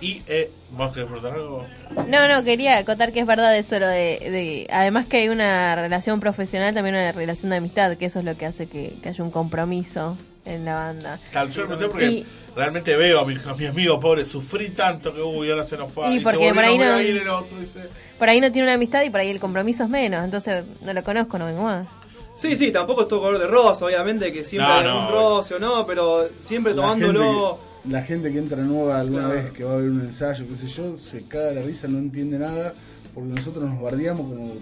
[SPEAKER 7] Y, eh, ¿vos querés preguntar algo?
[SPEAKER 5] No, no, quería contar que es verdad eso, lo de, de- Además que hay una relación profesional, también una relación de amistad, que eso es lo que hace que, que haya un compromiso en la banda.
[SPEAKER 7] Claro, yo le pregunté porque
[SPEAKER 5] Y-
[SPEAKER 7] realmente veo a, mi- a mis amigos pobres sufrir tanto que, uy, ahora se nos fue.
[SPEAKER 5] Y
[SPEAKER 7] se
[SPEAKER 5] porque
[SPEAKER 7] volvió,
[SPEAKER 5] por ahí
[SPEAKER 7] voy a
[SPEAKER 5] no-
[SPEAKER 7] ir el otro, dice.
[SPEAKER 5] Por ahí no tiene una amistad y por ahí el compromiso es menos, entonces no lo conozco, no vengo más.
[SPEAKER 9] Sí, sí, tampoco es todo color de rosa, obviamente, que siempre
[SPEAKER 7] No,
[SPEAKER 9] hay
[SPEAKER 7] no,
[SPEAKER 9] un roce o no, pero siempre
[SPEAKER 2] La gente
[SPEAKER 9] tomándolo
[SPEAKER 2] la gente que entra nueva alguna
[SPEAKER 9] Claro.
[SPEAKER 2] vez que va a ver un ensayo, qué sé yo, se caga de la risa, no entiende nada, porque nosotros nos bardeamos como.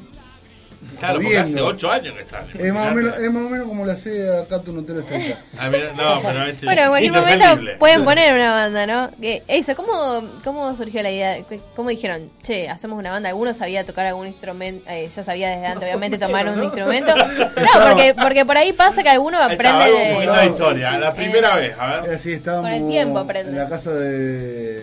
[SPEAKER 7] Claro, porque
[SPEAKER 2] jodiendo.
[SPEAKER 7] hace 8 años que están.
[SPEAKER 2] Es más, o menos, es más o menos como la hace acá tu notero está acá.
[SPEAKER 7] Ah, mira, no, pero este-
[SPEAKER 5] Bueno, en cualquier momento
[SPEAKER 7] indefendible.
[SPEAKER 5] pueden poner una banda, ¿no? Que- Eso, ¿cómo, ¿cómo surgió la idea? ¿Qué- ¿Cómo dijeron, che, hacemos una banda? ¿Alguno sabía tocar algún instrumento? Eh, yo sabía desde antes, obviamente, tomar un instrumento. No, porque, porque por ahí pasa que alguno aprende
[SPEAKER 7] Estaba
[SPEAKER 5] de- Eh,
[SPEAKER 7] un poquito de historia, la primera vez, a ver.
[SPEAKER 2] Así estábamos
[SPEAKER 5] Con el tiempo aprende.
[SPEAKER 2] en la casa de.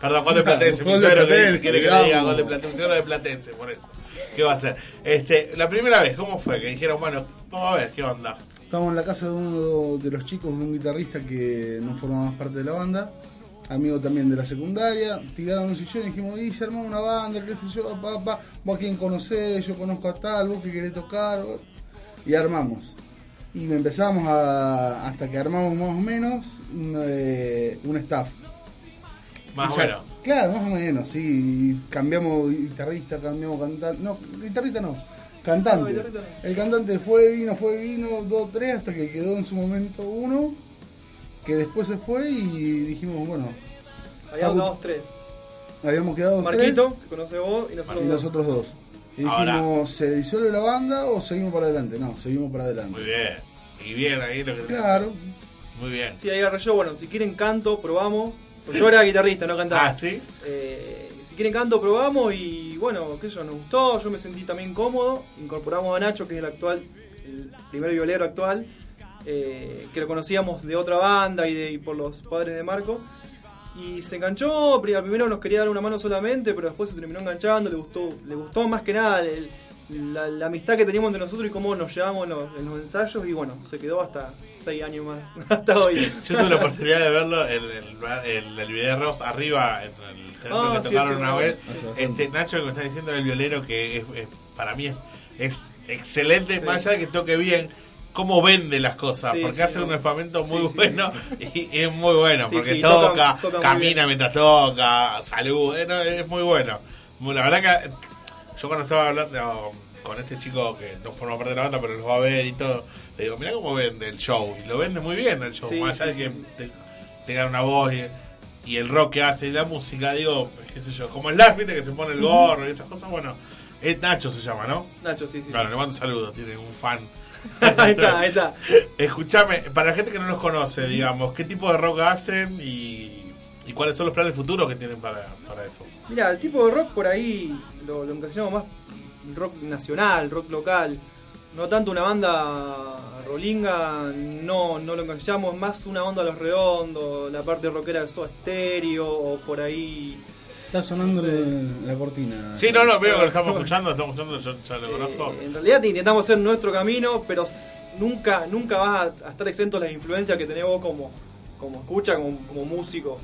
[SPEAKER 7] Perdón, gol de Platense, mi
[SPEAKER 2] Gol de
[SPEAKER 7] suegro que
[SPEAKER 2] Platense,
[SPEAKER 7] dice, quiere que le diga
[SPEAKER 2] digamos.
[SPEAKER 7] gol de Platense, mi suegro de Platense, por eso. ¿Qué va a hacer? Este, la primera vez, ¿cómo fue? Que dijeron, bueno, vamos a ver, ¿qué onda?
[SPEAKER 2] Estábamos en la casa de uno de los chicos, de un guitarrista que no formaba más parte de la banda, amigo también de la secundaria, tiraron un sillón y dijimos, y se armó una banda, qué sé yo, papá, vos a quién conocés, yo conozco a tal, vos que querés tocar, vos". y armamos. Y empezamos a, hasta que armamos más o menos un, eh, un staff.
[SPEAKER 7] Más
[SPEAKER 2] Y
[SPEAKER 7] o
[SPEAKER 2] ya-
[SPEAKER 7] menos.
[SPEAKER 2] Claro, más o menos, sí. y Cambiamos guitarrista, cambiamos cantante. No, guitarrista no.
[SPEAKER 9] No,
[SPEAKER 2] Cantante.
[SPEAKER 9] Ah, guitarrista
[SPEAKER 2] El cantante fue, vino, fue, vino, dos, tres, hasta que quedó en su momento uno, que después se fue y dijimos, bueno,
[SPEAKER 9] Habíamos
[SPEAKER 2] Facu-
[SPEAKER 9] dos, tres.
[SPEAKER 2] habíamos quedado
[SPEAKER 9] Marquito, que conoce vos, y
[SPEAKER 2] tres
[SPEAKER 9] nosotros
[SPEAKER 2] y
[SPEAKER 9] dos.
[SPEAKER 2] los otros dos. Y
[SPEAKER 7] Ahora.
[SPEAKER 2] dijimos, ¿se disuelve la banda o seguimos para adelante? No, seguimos para adelante.
[SPEAKER 7] Muy bien. Y bien ahí lo que tenés.
[SPEAKER 2] Claro.
[SPEAKER 7] Muy bien.
[SPEAKER 9] Sí, ahí agarré yo, bueno, si quieren canto, probamos. Pues yo era guitarrista, no cantaba.
[SPEAKER 7] Ah, ¿sí?
[SPEAKER 9] Eh, si quieren canto, probamos y bueno, qué sé yo, nos gustó, yo me sentí también cómodo. Incorporamos a Nacho, que es el actual, el primer violero actual, eh, que lo conocíamos de otra banda y, de, y por los padres de Marco. Y se enganchó, pri- al primero nos quería dar una mano solamente, pero después se terminó enganchando, le gustó, le gustó más que nada el- la, la amistad que teníamos entre nosotros y cómo nos llevamos en los, en los ensayos y bueno, se quedó hasta seis años más, hasta hoy.
[SPEAKER 7] Yo tuve la oportunidad de verlo en el, el, el video de Ross arriba, en el teatro
[SPEAKER 9] Ah,
[SPEAKER 7] que
[SPEAKER 9] sí,
[SPEAKER 7] tocaron
[SPEAKER 9] sí,
[SPEAKER 7] una
[SPEAKER 9] una
[SPEAKER 7] vez.
[SPEAKER 9] vez.
[SPEAKER 7] Este, Nacho, que me está diciendo del violero, que es, es- para mí es, es excelente,
[SPEAKER 9] Sí.
[SPEAKER 7] más allá de que toque bien, cómo vende las cosas,
[SPEAKER 9] Sí,
[SPEAKER 7] porque
[SPEAKER 9] sí,
[SPEAKER 7] hace
[SPEAKER 9] no.
[SPEAKER 7] un espamento muy
[SPEAKER 9] sí.
[SPEAKER 7] bueno y, y es muy bueno,
[SPEAKER 9] Sí,
[SPEAKER 7] porque
[SPEAKER 9] sí,
[SPEAKER 7] toca,
[SPEAKER 9] toca- toca muy
[SPEAKER 7] camina
[SPEAKER 9] bien.
[SPEAKER 7] mientras toca, saluda, eh, no, es muy bueno. Bueno, La verdad que yo cuando estaba hablando con este chico que no forma parte de la banda, pero los va a ver y todo, le digo, mirá cómo vende el show. Y lo vende muy bien el show,
[SPEAKER 9] Sí,
[SPEAKER 7] más allá
[SPEAKER 9] sí,
[SPEAKER 7] de que te- tenga una voz y, y el rock que hace y la música, digo, qué sé yo, como el Lash, viste, que se pone el gorro y esas cosas, bueno, es Nacho se llama, ¿no?
[SPEAKER 9] Nacho, sí, sí.
[SPEAKER 7] Claro, le mando un saludo, tiene un fan.
[SPEAKER 9] ahí está, ahí está.
[SPEAKER 7] Escuchame, para la gente que no los conoce, digamos, ¿qué tipo de rock hacen y, y cuáles son los planes futuros que tienen para, para eso?
[SPEAKER 8] Ah,
[SPEAKER 9] Mira, el tipo de rock por ahí lo, lo encasillamos más rock nacional, rock local. No tanto una banda rolinga, no, no lo encasillamos, más una onda a los redondos, la parte rockera de Soda Stereo o por ahí.
[SPEAKER 2] Está sonando la- la cortina.
[SPEAKER 7] Sí, no, no, veo que lo estamos escuchando, estamos escuchando, yo ya lo conozco.
[SPEAKER 9] Eh, En realidad intentamos hacer nuestro camino, pero s- nunca, nunca vas a, a estar exento de las influencias que tenés vos como, como escucha, como, como músico.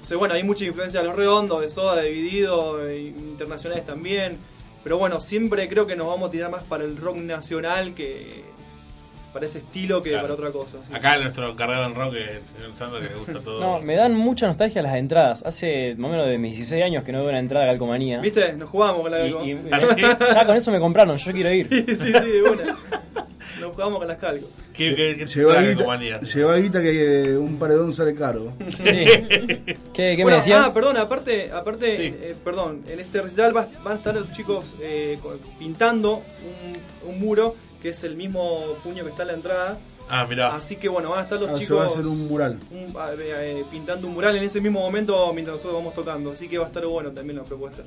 [SPEAKER 9] O sea, bueno, hay mucha influencia de los redondos, de Soda, de Dividido, de internacionales también. Pero bueno, siempre creo que nos vamos a tirar más para el rock nacional que para ese estilo que para otra cosa. sí.
[SPEAKER 7] Acá nuestro encargado en rock, el señor Sandro, que le gusta todo.
[SPEAKER 8] No, me dan mucha nostalgia las entradas. Hace más o menos de mis 16 años que no veo una entrada de calcomanía.
[SPEAKER 9] ¿Viste? Nos jugamos con la calco.
[SPEAKER 8] Y- y- ya con eso me compraron, yo quiero ir.
[SPEAKER 9] Sí, sí, sí, de una. Nos jugamos con las calcos.
[SPEAKER 7] ¿Qué, qué, qué
[SPEAKER 2] Lleva
[SPEAKER 7] la
[SPEAKER 2] guita,
[SPEAKER 7] compañía?
[SPEAKER 2] lleva guita que eh, un paredón sale caro.
[SPEAKER 8] Sí.
[SPEAKER 9] Bueno, Ah, perdón, aparte, aparte eh, perdón, en este recital va- van a estar los chicos eh, co- pintando un, un muro que es el mismo puño que está en la entrada.
[SPEAKER 7] Ah, mirá.
[SPEAKER 9] Así que bueno, van a estar los
[SPEAKER 2] Ah, se
[SPEAKER 9] chicos
[SPEAKER 2] va a hacer un mural.
[SPEAKER 9] un- ah, eh, eh, pintando un mural en ese mismo momento mientras nosotros vamos tocando. Así que va a estar bueno también la propuesta.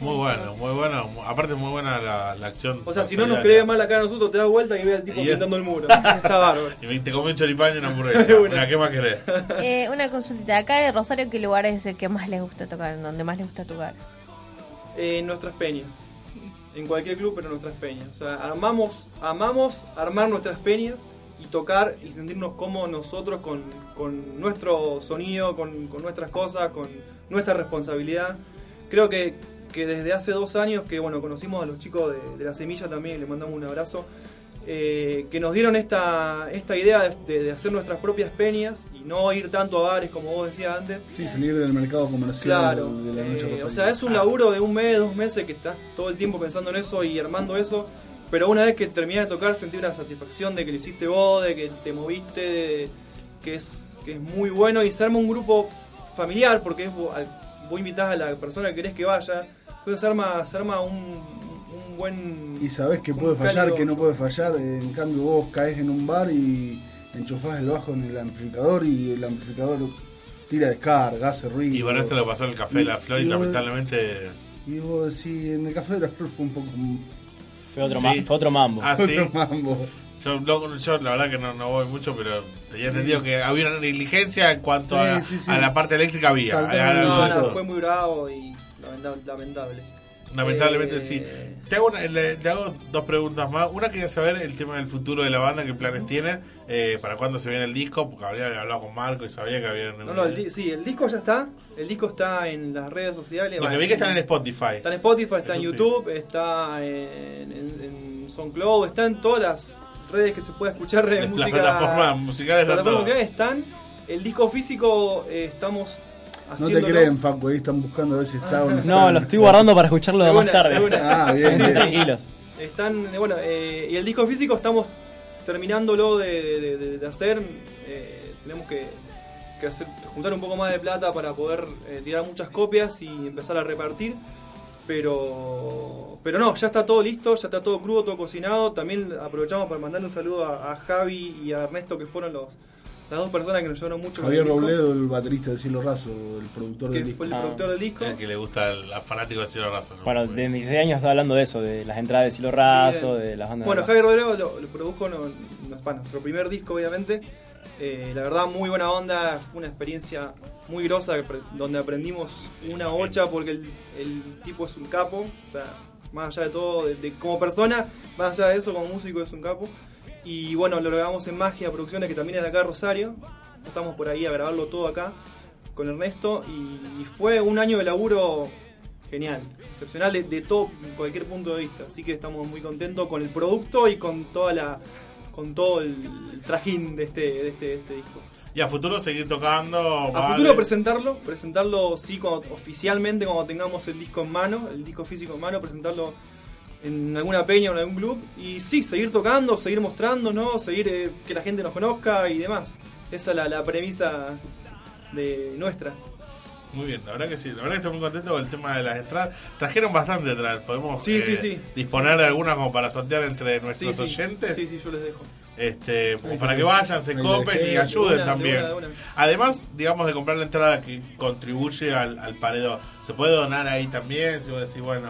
[SPEAKER 7] Muy bueno, muy bueno. mu- Aparte, muy buena la, la acción.
[SPEAKER 9] O sea, si no nos
[SPEAKER 7] solidaria.
[SPEAKER 9] crees mal acá a nosotros, te das vuelta y ve al tipo
[SPEAKER 7] Y-
[SPEAKER 9] pintando el muro. está bárbaro.
[SPEAKER 7] Y me- te comí un choripán y una hamburguesa. Una, ¿qué más querés?
[SPEAKER 5] Eh, una consultita, acá de Rosario, ¿qué lugar es el que más les gusta tocar? en ¿Donde más les gusta tocar?
[SPEAKER 9] en nuestras peñas. En cualquier club, pero en nuestras peñas. O sea, armamos, amamos armar nuestras peñas y tocar y sentirnos cómodos nosotros con, con nuestro sonido, con, con nuestras cosas, con nuestra responsabilidad. Creo que, que desde hace dos años que bueno conocimos a los chicos de, de La Semilla también, le mandamos un abrazo, eh, que nos dieron esta, esta idea de, de hacer nuestras propias peñas y no ir tanto a bares como vos decías antes,
[SPEAKER 2] Sí, salir del mercado comercial
[SPEAKER 9] Claro,
[SPEAKER 2] de la noche
[SPEAKER 9] eh,
[SPEAKER 2] rosarina.
[SPEAKER 9] o sea, es un laburo de un mes, dos meses que estás todo el tiempo pensando en eso y armando eso. Pero una vez que terminas de tocar, sentí una satisfacción de que lo hiciste vos, de que te moviste, de, que es, que es muy bueno y se arma un grupo familiar porque es, vo- al- vos invitás a la persona que querés que vaya. Entonces se arma, se arma un, un buen...
[SPEAKER 2] Y sabés que puede
[SPEAKER 9] un
[SPEAKER 2] fallar,
[SPEAKER 9] cálido-
[SPEAKER 2] que no puede fallar. En cambio, vos caes en un bar y enchufás el bajo en el amplificador y el amplificador tira descarga, hace ruido.
[SPEAKER 7] Y bueno, eso le pasó en el Café de la Flor y,
[SPEAKER 2] vos-
[SPEAKER 7] lamentablemente...
[SPEAKER 2] Y vos decís, en el Café de la Flor fue un poco.
[SPEAKER 18] Fue otro,
[SPEAKER 7] Sí.
[SPEAKER 18] ma- fue otro mambo.
[SPEAKER 7] Ah, sí.
[SPEAKER 2] Otro mambo.
[SPEAKER 7] Yo, no- yo la verdad que no, no voy mucho, pero tenía entendido que había una negligencia en cuanto a,
[SPEAKER 9] Sí, sí, sí.
[SPEAKER 7] a la parte eléctrica había.
[SPEAKER 9] Saltaron
[SPEAKER 7] A- a-
[SPEAKER 9] no,
[SPEAKER 7] a-
[SPEAKER 9] no, fue muy bravo y lamentable. lamentable.
[SPEAKER 7] Lamentablemente
[SPEAKER 9] Eh,
[SPEAKER 7] sí. Te hago, una- le- te hago dos preguntas más. Una quería saber el tema del futuro de la banda, qué planes tiene, eh, para cuándo se viene el disco, porque había hablado con Marco y sabía que había...
[SPEAKER 9] No, no, el di- sí, el disco ya está. El disco está en las redes sociales.
[SPEAKER 7] Porque
[SPEAKER 9] va,
[SPEAKER 7] vi que están en Spotify.
[SPEAKER 9] Está en Spotify, está en
[SPEAKER 7] Eso sí.
[SPEAKER 9] YouTube, está en, en- en SoundCloud, está en todas las redes que se pueda escuchar de
[SPEAKER 7] Las
[SPEAKER 9] música.
[SPEAKER 7] plataformas musicales están
[SPEAKER 9] plataformas
[SPEAKER 7] todas.
[SPEAKER 9] musicales están. El disco físico eh, estamos
[SPEAKER 2] No
[SPEAKER 9] haciendo.
[SPEAKER 2] te creen, Facu, ahí están buscando a ver si está o no.
[SPEAKER 18] No,
[SPEAKER 2] está.
[SPEAKER 18] lo estoy guardando para escucharlo
[SPEAKER 9] De
[SPEAKER 18] más
[SPEAKER 9] una,
[SPEAKER 18] tarde.
[SPEAKER 9] de una.
[SPEAKER 2] Ah, bien,
[SPEAKER 18] Sí,
[SPEAKER 2] bien.
[SPEAKER 18] tranquilos.
[SPEAKER 9] Están, eh, bueno, eh, y el disco físico estamos terminándolo de, de- de- de hacer. eh, tenemos que, que hacer- juntar un poco más de plata para poder eh, tirar muchas copias y empezar a repartir. Pero, pero no, ya está todo listo, ya está todo crudo, todo cocinado. También aprovechamos para mandarle un saludo a, a Javi y a Ernesto, que fueron los, las dos personas que nos ayudaron mucho. con
[SPEAKER 2] Javier
[SPEAKER 9] el disco,
[SPEAKER 2] Robledo, el baterista de Cielo Raso, el productor
[SPEAKER 9] Que
[SPEAKER 2] del disco. Ah.
[SPEAKER 9] fue el productor del disco.
[SPEAKER 7] El Eh, que le gusta al, al fanático de Cielo Raso. ¿no?
[SPEAKER 18] Bueno, desde mis 16 años estaba hablando de eso, de las entradas de Silo Raso,
[SPEAKER 9] Bien.
[SPEAKER 18] de las bandas.
[SPEAKER 9] Bueno,
[SPEAKER 18] de-
[SPEAKER 9] Javier Rodrigo lo, lo produjo no- no- para nuestro primer disco, obviamente. Eh, la verdad, muy buena onda, fue una experiencia muy grosa que pre- donde aprendimos una bocha porque el, el tipo es un capo, o sea, más allá de todo, de- de- como persona, más allá de eso, como músico es un capo. Y bueno, lo grabamos en Magia Producciones, que también es de acá de Rosario. Estamos por ahí a grabarlo todo acá con Ernesto y, y fue un año de laburo genial, excepcional de, de todo, cualquier punto de vista. Así que estamos muy contentos con el producto y con toda la con todo el, el trajín de este, de este, de este disco.
[SPEAKER 7] Y a futuro seguir tocando.
[SPEAKER 9] A futuro presentarlo, presentarlo sí cuando- oficialmente cuando tengamos el disco en mano, el disco físico en mano, presentarlo en alguna peña o en algún club y sí, seguir tocando, seguir mostrando, ¿no? Seguir eh, que la gente nos conozca y demás. Esa es la, la premisa de nuestra.
[SPEAKER 7] Muy bien, la verdad que sí. La verdad que estoy muy contento con el tema de las entradas. Trajeron bastante entradas. Podemos eh,
[SPEAKER 9] Sí, sí, sí.
[SPEAKER 7] disponer de algunas como para sortear entre
[SPEAKER 9] Sí,
[SPEAKER 7] nuestros
[SPEAKER 9] sí.
[SPEAKER 7] oyentes.
[SPEAKER 9] Sí, sí, yo les dejo.
[SPEAKER 7] Este, como
[SPEAKER 9] Ahí
[SPEAKER 7] para
[SPEAKER 9] sí.
[SPEAKER 7] que vayan, se
[SPEAKER 9] Ahí
[SPEAKER 7] copen
[SPEAKER 9] dejé,
[SPEAKER 7] y
[SPEAKER 9] de
[SPEAKER 7] ayuden
[SPEAKER 9] una, de
[SPEAKER 7] también.
[SPEAKER 9] una, de una.
[SPEAKER 7] Además, digamos, de comprar la entrada que contribuye al, al paredón. Se puede donar ahí también, si vos decís, bueno,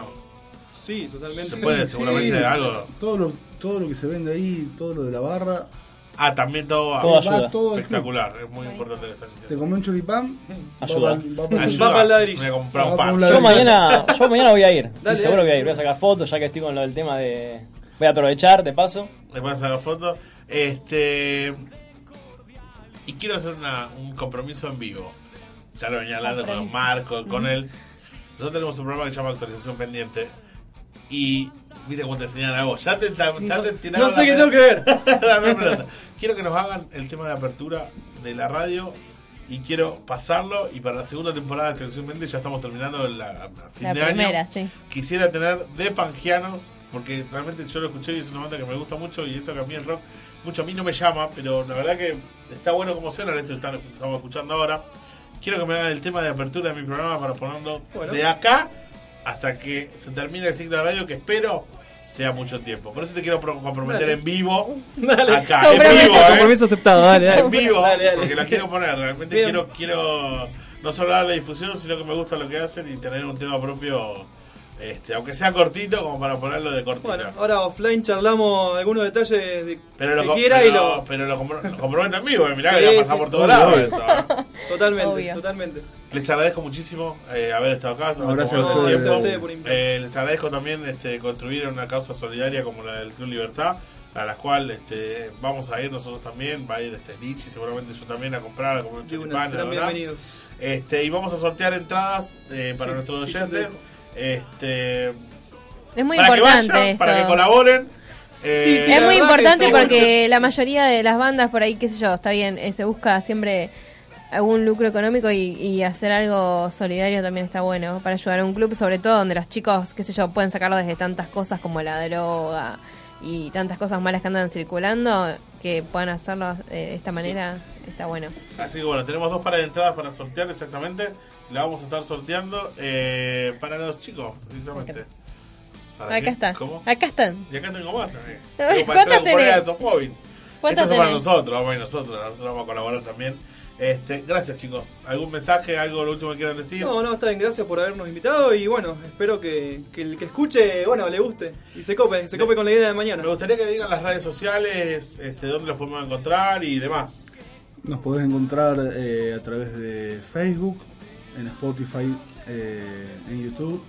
[SPEAKER 9] Sí, totalmente.
[SPEAKER 7] se puede seguramente
[SPEAKER 2] Sí,
[SPEAKER 7] algo.
[SPEAKER 2] Todo lo, todo lo que se vende ahí, todo lo de la barra,
[SPEAKER 7] Ah, también todo, va.
[SPEAKER 2] Todo Va ayuda. todo al
[SPEAKER 7] Espectacular, es muy importante lo que estás
[SPEAKER 2] te
[SPEAKER 7] diciendo.
[SPEAKER 2] comé un choripán.
[SPEAKER 18] Ayuda.
[SPEAKER 7] Ayuda,
[SPEAKER 2] para
[SPEAKER 7] me voy a comprar un pan.
[SPEAKER 18] Yo mañana, yo mañana voy a ir. Estoy
[SPEAKER 7] Dale,
[SPEAKER 18] seguro
[SPEAKER 7] dale.
[SPEAKER 18] que voy a ir. Voy a sacar fotos ya que estoy con lo del tema de. Voy a aprovechar, de paso.
[SPEAKER 7] Te vas a la foto. Este. Y quiero hacer una- un compromiso en vivo. Ya lo venía hablando con
[SPEAKER 19] Compromiso.
[SPEAKER 7] Marco, con
[SPEAKER 19] Ujú.
[SPEAKER 7] él. Nosotros tenemos un programa que se llama Actualización Pendiente. Y. Viste cómo te enseñan a vos. Ya te, ta- ya te tiraron.
[SPEAKER 9] no sé
[SPEAKER 7] la
[SPEAKER 9] qué
[SPEAKER 7] pe-
[SPEAKER 9] tengo que ver.
[SPEAKER 7] la pe- pelota. Quiero que nos hagan el tema de apertura de la radio. Y quiero pasarlo. Y para la segunda temporada de Actualización Pendiente ya estamos terminando la, a fin
[SPEAKER 5] La
[SPEAKER 7] de
[SPEAKER 5] primera,
[SPEAKER 7] año
[SPEAKER 5] sí.
[SPEAKER 7] quisiera tener de Pangianos, porque realmente yo lo escuché y es una banda que me gusta mucho y eso que a mí el rock mucho a mí no me llama, pero la verdad que está bueno como suena, esto que están- estamos escuchando ahora. Quiero que me hagan el tema de apertura de mi programa para ponerlo
[SPEAKER 9] Bueno.
[SPEAKER 7] de acá hasta que se termine el ciclo de radio, que espero sea mucho tiempo. Por eso te quiero pro- comprometer
[SPEAKER 9] Dale.
[SPEAKER 7] en vivo.
[SPEAKER 9] Dale.
[SPEAKER 7] Acá,
[SPEAKER 9] Compromiso,
[SPEAKER 7] en vivo, ¿eh?
[SPEAKER 9] compromiso aceptado, dale, dale.
[SPEAKER 7] En vivo,
[SPEAKER 9] Dale, dale.
[SPEAKER 7] porque la quiero poner. Realmente
[SPEAKER 9] Bien.
[SPEAKER 7] quiero, quiero no solo darle difusión, sino que me gusta lo que hacen y tener un tema propio, este, aunque sea cortito, como para ponerlo de cortina.
[SPEAKER 9] Bueno, ahora offline charlamos algunos detalles de
[SPEAKER 7] pero lo,
[SPEAKER 9] que
[SPEAKER 7] com-
[SPEAKER 9] quiera
[SPEAKER 7] pero,
[SPEAKER 9] y lo.
[SPEAKER 7] pero lo, compro- lo comprometo en vivo, eh, mirá
[SPEAKER 9] Sí,
[SPEAKER 7] que la pasamos
[SPEAKER 9] sí.
[SPEAKER 7] por todos lados.
[SPEAKER 9] Obvio.
[SPEAKER 7] esto. ¿eh?
[SPEAKER 9] Totalmente,
[SPEAKER 7] Obvio.
[SPEAKER 9] totalmente.
[SPEAKER 7] Les agradezco muchísimo eh, haber estado acá.
[SPEAKER 2] No, gracias
[SPEAKER 7] Tomando
[SPEAKER 2] a ustedes.
[SPEAKER 7] tiempo.
[SPEAKER 2] Gracias a ustedes por
[SPEAKER 7] Eh, les agradezco también este, contribuir a una causa solidaria como la del Club Libertad, a la cual este, vamos a ir nosotros también. Va a ir este, Lichi, seguramente yo también a comprar, a comer un choripán,
[SPEAKER 9] serán
[SPEAKER 7] a donar.
[SPEAKER 9] bienvenidos.
[SPEAKER 7] Este, y vamos a sortear entradas eh, para
[SPEAKER 9] Sí,
[SPEAKER 7] nuestros
[SPEAKER 9] sí,
[SPEAKER 7] oyentes. Este,
[SPEAKER 5] Es muy
[SPEAKER 7] para que
[SPEAKER 5] importante
[SPEAKER 7] vayan,
[SPEAKER 5] esto.
[SPEAKER 7] Para que colaboren. eh,
[SPEAKER 9] Sí, sí,
[SPEAKER 5] es muy
[SPEAKER 9] la verdad que
[SPEAKER 5] importante
[SPEAKER 9] está bueno.
[SPEAKER 5] porque la mayoría de las bandas por ahí, qué sé yo, está bien, eh, se busca siempre algún lucro económico y, y hacer algo solidario también está bueno para ayudar a un club, sobre todo donde los chicos, qué sé yo, pueden sacarlo desde tantas cosas como la droga, y tantas cosas malas que andan circulando, que puedan hacerlo eh, de esta manera, está bueno.
[SPEAKER 7] Así que bueno, tenemos dos pares de entradas para sortear exactamente. La vamos a estar sorteando eh, para los chicos, exactamente. ¿Para
[SPEAKER 5] Acá
[SPEAKER 7] qué?
[SPEAKER 5] está.
[SPEAKER 7] ¿Cómo?
[SPEAKER 5] Acá están.
[SPEAKER 7] Y acá tengo más también.
[SPEAKER 5] Ay,
[SPEAKER 7] Digo, para
[SPEAKER 5] ¿cuántas
[SPEAKER 7] hacer algo por
[SPEAKER 5] tenés?
[SPEAKER 7] allá de esos hobbies.
[SPEAKER 5] ¿Cuántas
[SPEAKER 7] Estos son para
[SPEAKER 5] tenés?
[SPEAKER 7] nosotros, vamos a ir nosotros, nosotros vamos a colaborar también. Este, gracias chicos. ¿Algún mensaje, algo lo último que quieran decir?
[SPEAKER 20] No, no, está bien, gracias por habernos invitado y bueno, espero que, que el que escuche, bueno, le guste y se cope, se cope con la idea de mañana.
[SPEAKER 7] Me gustaría que digan las redes sociales, este, dónde los podemos encontrar y demás.
[SPEAKER 2] Nos podés encontrar eh, a través de Facebook, en Spotify, eh, en YouTube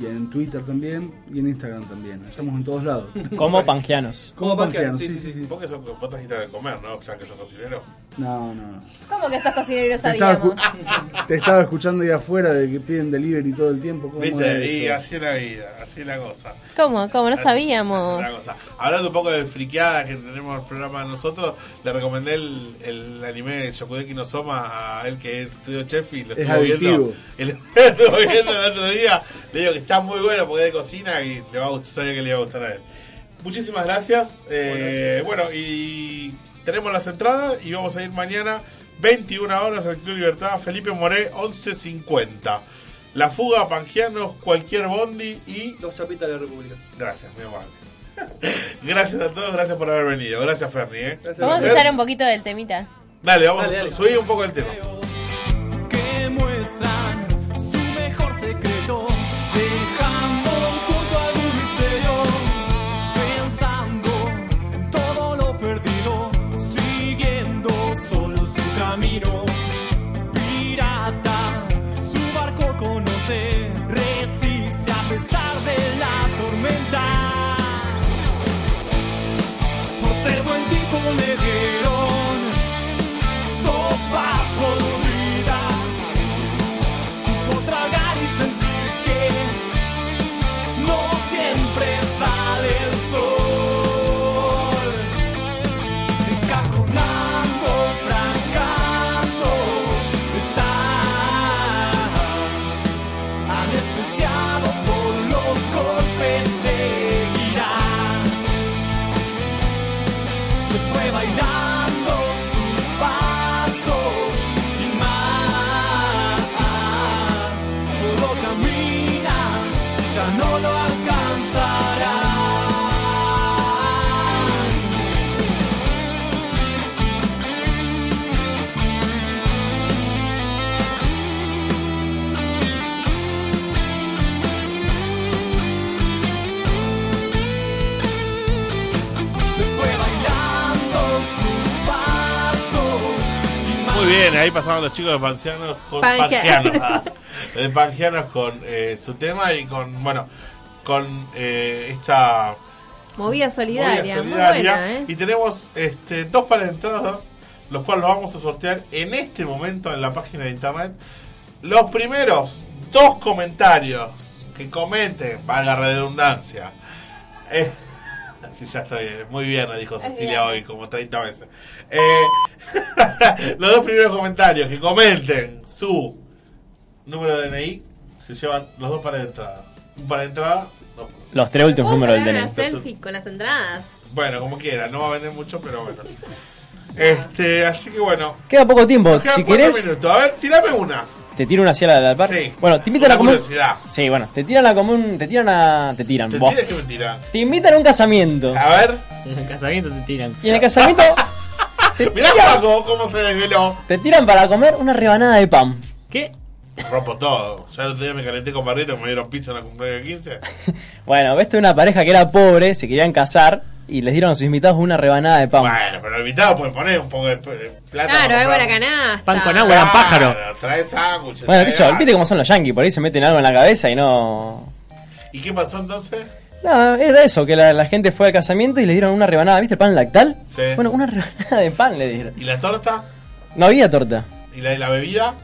[SPEAKER 2] y en Twitter también y en Instagram también. Estamos en todos lados.
[SPEAKER 9] Como pangianos.
[SPEAKER 2] Como pangianos, sí, sí, sí.
[SPEAKER 7] Vos que sos vos trajiste de comer, ¿no? Ya que sos cocinero.
[SPEAKER 2] No, no, no.
[SPEAKER 5] ¿Cómo que sos cocinero
[SPEAKER 2] Te estaba,
[SPEAKER 5] sabíamos?
[SPEAKER 2] escu- te estaba escuchando ahí afuera de que piden delivery todo el tiempo. ¿Cómo era
[SPEAKER 7] Viste, y
[SPEAKER 2] eso?
[SPEAKER 7] así es la vida, así es la cosa.
[SPEAKER 5] ¿Cómo? ¿Cómo? No sabíamos.
[SPEAKER 7] La cosa. Hablando un poco de friqueadas que tenemos en el programa de nosotros, le recomendé el, el anime Shokugeki no Soma a él que estudió chef y lo
[SPEAKER 2] Es
[SPEAKER 7] estuvo viendo.
[SPEAKER 2] adictivo.
[SPEAKER 7] Él lo estuvo viendo el otro día. Le digo que está muy bueno porque es de cocina y le va a gustar, sabía que le iba a gustar a él. Muchísimas gracias. Eh, bueno, y tenemos las entradas y vamos a ir mañana 21 horas al Club Libertad Felipe Moré 11.50. La fuga, Pangianos, cualquier bondi y...
[SPEAKER 20] Los chapitas de la República.
[SPEAKER 7] Gracias, mi amable. Gracias a todos, gracias por haber venido. Gracias, Ferni. ¿eh?
[SPEAKER 5] Vamos a
[SPEAKER 7] Placer.
[SPEAKER 5] escuchar un poquito del temita.
[SPEAKER 7] Dale, vamos a su- subir un poco el tema.
[SPEAKER 3] que muestran su mejor secreto, dejando junto algún misterio, pensando en todo lo perdido, siguiendo solo su camino. Pirata, su barco conoce, resiste a pesar de la tormenta. Por ser buen tipo le dieron sopa podrida. Supo tragar y sentir que no siempre sale el sol. Encajonando fracasos está anestesiado por los golpes. Seguirá se fue bailando sus pasos sin más. Solo camina, ya no lo alcanzará. Se fue bailando sus pasos sin más.
[SPEAKER 7] Muy bien, ahí pasaban los chicos de Pangianos con
[SPEAKER 3] Pangia-
[SPEAKER 7] Pangianos. ah. De Pangianos con eh, su tema y con, bueno, con eh, esta
[SPEAKER 5] Movida solidaria,
[SPEAKER 7] movida
[SPEAKER 5] muy
[SPEAKER 7] solidaria.
[SPEAKER 5] buena, ¿eh?
[SPEAKER 7] Y tenemos este, dos pares de entradas, los cuales los vamos a sortear en este momento en la página de internet. Los primeros dos comentarios que comenten, valga redundancia. Eh, sí, ya está bien, muy bien, lo dijo
[SPEAKER 21] Es
[SPEAKER 7] Cecilia
[SPEAKER 21] bien.
[SPEAKER 7] hoy como 30 veces. Eh, los dos primeros comentarios que comenten su número de DNI se llevan los dos pares de entrada. Un par de entrada, no,
[SPEAKER 9] Los tres últimos números del DNI.
[SPEAKER 22] una selfie con las entradas.
[SPEAKER 7] bueno, como quiera, no va a vender mucho, pero bueno. Este, así que bueno.
[SPEAKER 9] Queda poco tiempo.
[SPEAKER 7] Nos quedan
[SPEAKER 9] Si
[SPEAKER 7] cuatro
[SPEAKER 9] querés,
[SPEAKER 7] minutos. A ver, tirame una.
[SPEAKER 9] te tiro una hacia la del par.
[SPEAKER 7] Sí.
[SPEAKER 9] Bueno, te invitan
[SPEAKER 7] Una
[SPEAKER 9] a comer.
[SPEAKER 7] curiosidad.
[SPEAKER 9] Sí, bueno, te tiran a común. Te tiran a. Te tiran.
[SPEAKER 7] ¿Te
[SPEAKER 9] vos.
[SPEAKER 7] tiras que me tira?
[SPEAKER 9] Te invitan a un casamiento.
[SPEAKER 2] Ah.
[SPEAKER 7] A ver.
[SPEAKER 8] En el casamiento te tiran.
[SPEAKER 9] Y en el casamiento. te,
[SPEAKER 7] Mirá
[SPEAKER 9] tiran,
[SPEAKER 7] Paco, cómo se desveló.
[SPEAKER 9] te tiran para comer una rebanada de pan.
[SPEAKER 8] ¿Qué?
[SPEAKER 7] Rompo todo. Ya el otro día me calenté con barrito que me dieron pizza en la cumpleaños de 15.
[SPEAKER 9] Bueno, ves una pareja que era pobre, se querían casar y les dieron a sus invitados una rebanada de pan.
[SPEAKER 7] Bueno, pero el invitado puede poner un poco de de plata.
[SPEAKER 22] Claro,
[SPEAKER 7] para
[SPEAKER 22] algo de la
[SPEAKER 7] comprar.
[SPEAKER 22] canasta.
[SPEAKER 9] Pan con agua, eran pájaro.
[SPEAKER 7] Claro, Trae sándwiches.
[SPEAKER 9] Bueno, qué
[SPEAKER 7] trae
[SPEAKER 9] sé yo,
[SPEAKER 7] algo.
[SPEAKER 9] viste cómo son los yankees, por ahí se meten algo en la cabeza y no.
[SPEAKER 7] ¿Y qué pasó entonces?
[SPEAKER 9] No, era eso, que la, la gente fue al casamiento y le dieron una rebanada, ¿viste el pan lactal?
[SPEAKER 7] Sí.
[SPEAKER 9] Bueno, una rebanada de pan le dieron.
[SPEAKER 7] ¿Y la torta?
[SPEAKER 9] No había torta.
[SPEAKER 7] ¿Y la, y la bebida?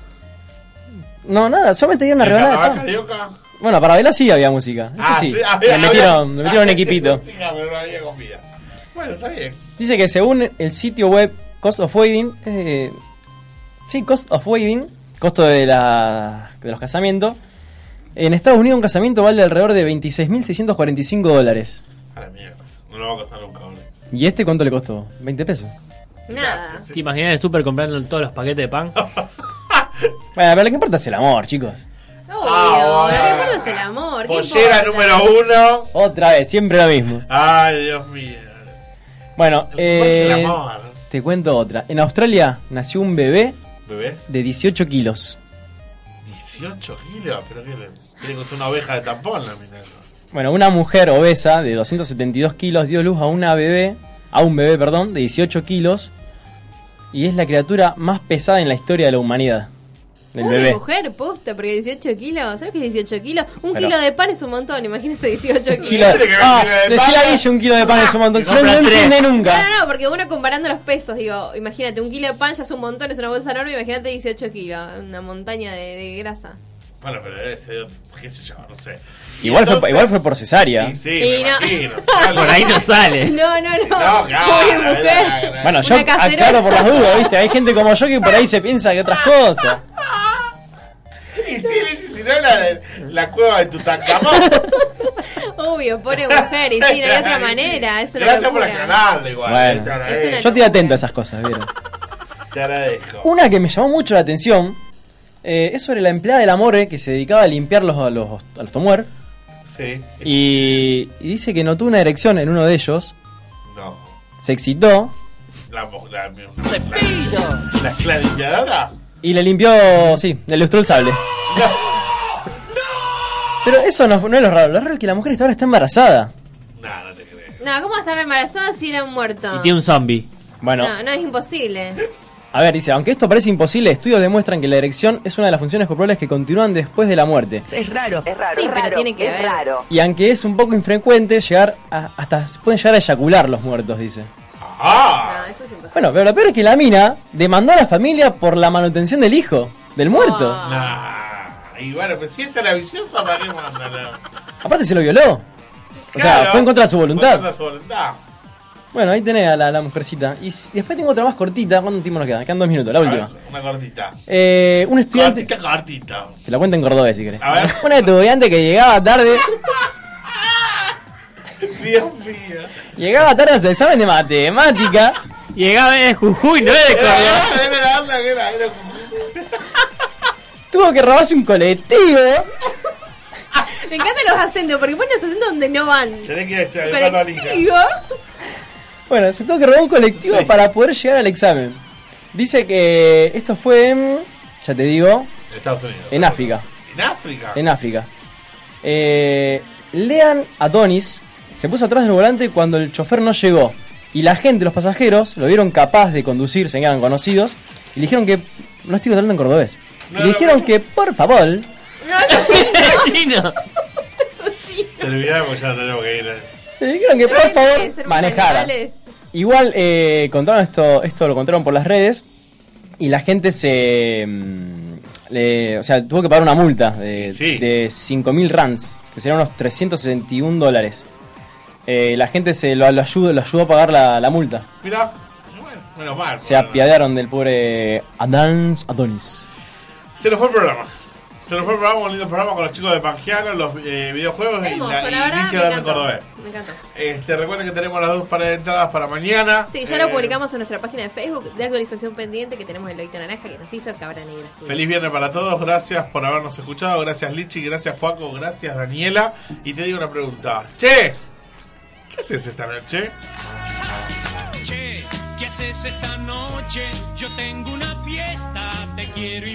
[SPEAKER 9] No, nada, solamente dieron
[SPEAKER 7] ¿Y
[SPEAKER 9] una
[SPEAKER 7] el
[SPEAKER 9] rebanada de
[SPEAKER 7] carnaval
[SPEAKER 9] pan.
[SPEAKER 7] carioca?
[SPEAKER 9] Bueno, para bailar sí había música. Eso
[SPEAKER 7] Ah,
[SPEAKER 9] sí.
[SPEAKER 7] sí, había-
[SPEAKER 9] le,
[SPEAKER 7] había-
[SPEAKER 9] metieron, le metieron un equipito.
[SPEAKER 7] Sí, pero no había comida. Bueno, está bien.
[SPEAKER 9] Dice que según el sitio web Cost of Wedding, eh, sí, Cost of Wedding, costo de, la, de los casamientos, en Estados Unidos un casamiento vale alrededor de 26.645 dólares.
[SPEAKER 7] A la mierda. No lo va a casar nunca, boludo.
[SPEAKER 9] ¿Y este cuánto le costó? ¿20 pesos?
[SPEAKER 5] Nada.
[SPEAKER 7] pues,
[SPEAKER 8] ¿Te imaginas el súper comprando todos los paquetes de pan?
[SPEAKER 9] Bueno, pero lo que importa es el amor, chicos.
[SPEAKER 5] Obvio,
[SPEAKER 7] Ah, bueno.
[SPEAKER 5] lo que importa es el amor. ¿qué
[SPEAKER 7] Pollera
[SPEAKER 5] importa?
[SPEAKER 7] número uno.
[SPEAKER 9] Otra vez, siempre lo mismo.
[SPEAKER 7] Ay, Dios mío.
[SPEAKER 9] Bueno,
[SPEAKER 7] es el
[SPEAKER 9] eh,
[SPEAKER 7] amor?
[SPEAKER 9] te cuento otra. En Australia nació un bebé
[SPEAKER 7] ¿Bebé?
[SPEAKER 9] de 18 kilos.
[SPEAKER 7] 18 kilos, pero que le. Tiene que ser una oveja de tampón la mina.
[SPEAKER 9] Bueno, una mujer obesa de 272 kilos dio luz a una bebé, a un bebé, perdón, de 18 kilos y es la criatura más pesada en la historia de la humanidad. Del
[SPEAKER 5] Pobre
[SPEAKER 9] bebé.
[SPEAKER 5] mujer, posta, porque 18 kilos. ¿Sabes qué es 18 kilos? Un
[SPEAKER 9] Pero-
[SPEAKER 5] kilo de pan es un montón, imagínese 18 kilos.
[SPEAKER 9] Kilo de, ah, decía a Guille un kilo de pan es un montón. Si no, no entiende
[SPEAKER 5] No,
[SPEAKER 9] nunca.
[SPEAKER 5] no, no, porque uno comparando los pesos, digo, imagínate, un kilo de pan ya es un montón, es una bolsa enorme, imagínate 18 kilos, una montaña de, de grasa.
[SPEAKER 7] Bueno, pero ese. ¿Qué se llama? No sé.
[SPEAKER 9] Igual fue,
[SPEAKER 7] Entonces-
[SPEAKER 9] igual fue por cesárea.
[SPEAKER 7] Sí, me
[SPEAKER 5] no.
[SPEAKER 7] imagino.
[SPEAKER 9] Por ahí no sale.
[SPEAKER 5] No, no, no.
[SPEAKER 7] No,
[SPEAKER 5] Pobre mujer.
[SPEAKER 9] Bueno, yo
[SPEAKER 5] Una casera.
[SPEAKER 9] aclaro por las dudas, ¿viste? Hay gente como yo que por ahí se piensa que otras cosas.
[SPEAKER 7] Y sí, Lizzy, si no la, la cueva de Tutankamón.
[SPEAKER 5] Obvio, pobre mujer, y sí, no hay otra
[SPEAKER 7] Sí.
[SPEAKER 5] manera. Es una
[SPEAKER 7] Gracias por
[SPEAKER 5] locura.
[SPEAKER 7] aclararlo igual. eh, te,
[SPEAKER 9] Bueno,
[SPEAKER 7] agradezco,
[SPEAKER 9] yo estoy atento a esas cosas, ¿vieron?
[SPEAKER 7] te agradezco.
[SPEAKER 9] Una que me llamó mucho la atención eh, es sobre la empleada del Amore que se dedicaba a limpiar los, a los, a los tomuer
[SPEAKER 7] Sí.
[SPEAKER 9] y, y dice que notó una erección en uno de ellos,
[SPEAKER 7] No.
[SPEAKER 9] se excitó
[SPEAKER 7] La la, la, ¡Cepillo! ¿La, la limpiadora?
[SPEAKER 9] y le limpió, sí, le lustró el sable. Pero eso no, no es lo raro, lo raro es que la mujer hasta ahora está embarazada.
[SPEAKER 5] No, ¿cómo va a estar embarazada si era un muerto?
[SPEAKER 9] un zombie. Bueno,
[SPEAKER 5] No, no, es imposible.
[SPEAKER 9] A ver, dice, aunque esto parece imposible, estudios demuestran que la erección es una de las funciones corporales que continúan después de la muerte.
[SPEAKER 23] Es raro. Es raro.
[SPEAKER 5] Sí,
[SPEAKER 23] es
[SPEAKER 5] pero
[SPEAKER 23] raro,
[SPEAKER 5] tiene que
[SPEAKER 23] es
[SPEAKER 5] ver.
[SPEAKER 23] raro.
[SPEAKER 9] Y aunque es un poco infrecuente, llegar a- hasta se pueden llegar a eyacular los muertos, dice.
[SPEAKER 7] Ah,
[SPEAKER 5] No, eso es imposible.
[SPEAKER 9] Bueno, pero lo peor es que la mina demandó a la familia por la manutención del hijo, del muerto.
[SPEAKER 5] Ah.
[SPEAKER 7] Nah. Y bueno, pues si esa era viciosa, ¿para qué mandarla?
[SPEAKER 9] Aparte se lo violó. O sea,
[SPEAKER 7] Claro.
[SPEAKER 9] fue en contra de su
[SPEAKER 7] Fue
[SPEAKER 9] voluntad.
[SPEAKER 7] en contra de su voluntad.
[SPEAKER 9] Bueno, ahí tenés a la, la mujercita. Y s- después tengo otra más cortita. ¿Cuánto tiempo nos queda? Quedan dos minutos, la última.
[SPEAKER 7] Una cortita.
[SPEAKER 9] Eh, un estudiante...
[SPEAKER 7] Cortita, cortita.
[SPEAKER 9] Te la cuento en cordobés si querés. Una estudiante que llegaba tarde...
[SPEAKER 7] Dios mío.
[SPEAKER 9] Llegaba tarde a su examen de matemática. Llegaba de Jujuy, no de
[SPEAKER 7] Era, era, era, onda que era, era como-
[SPEAKER 9] Tuvo que robarse un colectivo.
[SPEAKER 5] Me encantan los acentos, porque ponen los acentos donde no van.
[SPEAKER 7] Tenés que este,
[SPEAKER 5] Pero
[SPEAKER 7] agarrar la lija.
[SPEAKER 5] digo,
[SPEAKER 9] Bueno, se tuvo que robar un colectivo para poder llegar al examen. Dice que esto fue en, ya te digo,
[SPEAKER 7] En Estados Unidos.
[SPEAKER 9] en África.
[SPEAKER 7] En África.
[SPEAKER 9] En África. Eh, Lean Adonis se puso atrás del volante cuando el chofer no llegó. Y la gente, los pasajeros, lo vieron capaz de conducir, se quedan conocidos. Y le dijeron que... No estoy hablando en cordobés. Y le dijeron que, por favor...
[SPEAKER 7] Terminamos ya, tenemos que ir. eh.
[SPEAKER 9] Le dijeron que, por
[SPEAKER 5] Traten de
[SPEAKER 9] favor,
[SPEAKER 5] ser
[SPEAKER 9] manejara.
[SPEAKER 5] manuales.
[SPEAKER 9] Igual eh, contaron esto, esto lo contaron por las redes y la gente se, mm, le- o sea, tuvo que pagar una multa de, de 5.000 rands, que serían unos 361 dólares. Eh, la gente se lo, lo ayudó, lo ayudó a pagar la, la multa.
[SPEAKER 7] Mirá, bueno, menos mal.
[SPEAKER 9] Se apiadaron del pobre Adams Adonis.
[SPEAKER 7] Se nos fue el programa. Se nos fue el programa, un lindo programa con los chicos de Pangiano, los eh, videojuegos y
[SPEAKER 5] hermoso,
[SPEAKER 7] la,
[SPEAKER 5] la verdad,
[SPEAKER 7] Nietzsche
[SPEAKER 5] me
[SPEAKER 7] hablando en
[SPEAKER 5] encantó.
[SPEAKER 7] cordobés.
[SPEAKER 5] Me encantó.
[SPEAKER 7] Este, recuerden que tenemos las dos pares de entradas para mañana.
[SPEAKER 5] Sí, ya lo
[SPEAKER 7] Eh,
[SPEAKER 5] publicamos en nuestra página de Facebook de actualización pendiente que tenemos el Loita Naranja que nos hizo Cabra Negra.
[SPEAKER 7] Feliz viernes para todos, gracias por habernos escuchado, gracias Lichi, gracias Juaco, gracias Daniela. Y te digo una pregunta. Che, ¿qué haces esta noche?
[SPEAKER 3] Che, ¿qué haces esta noche? Yo tengo una fiesta, te quiero invitar.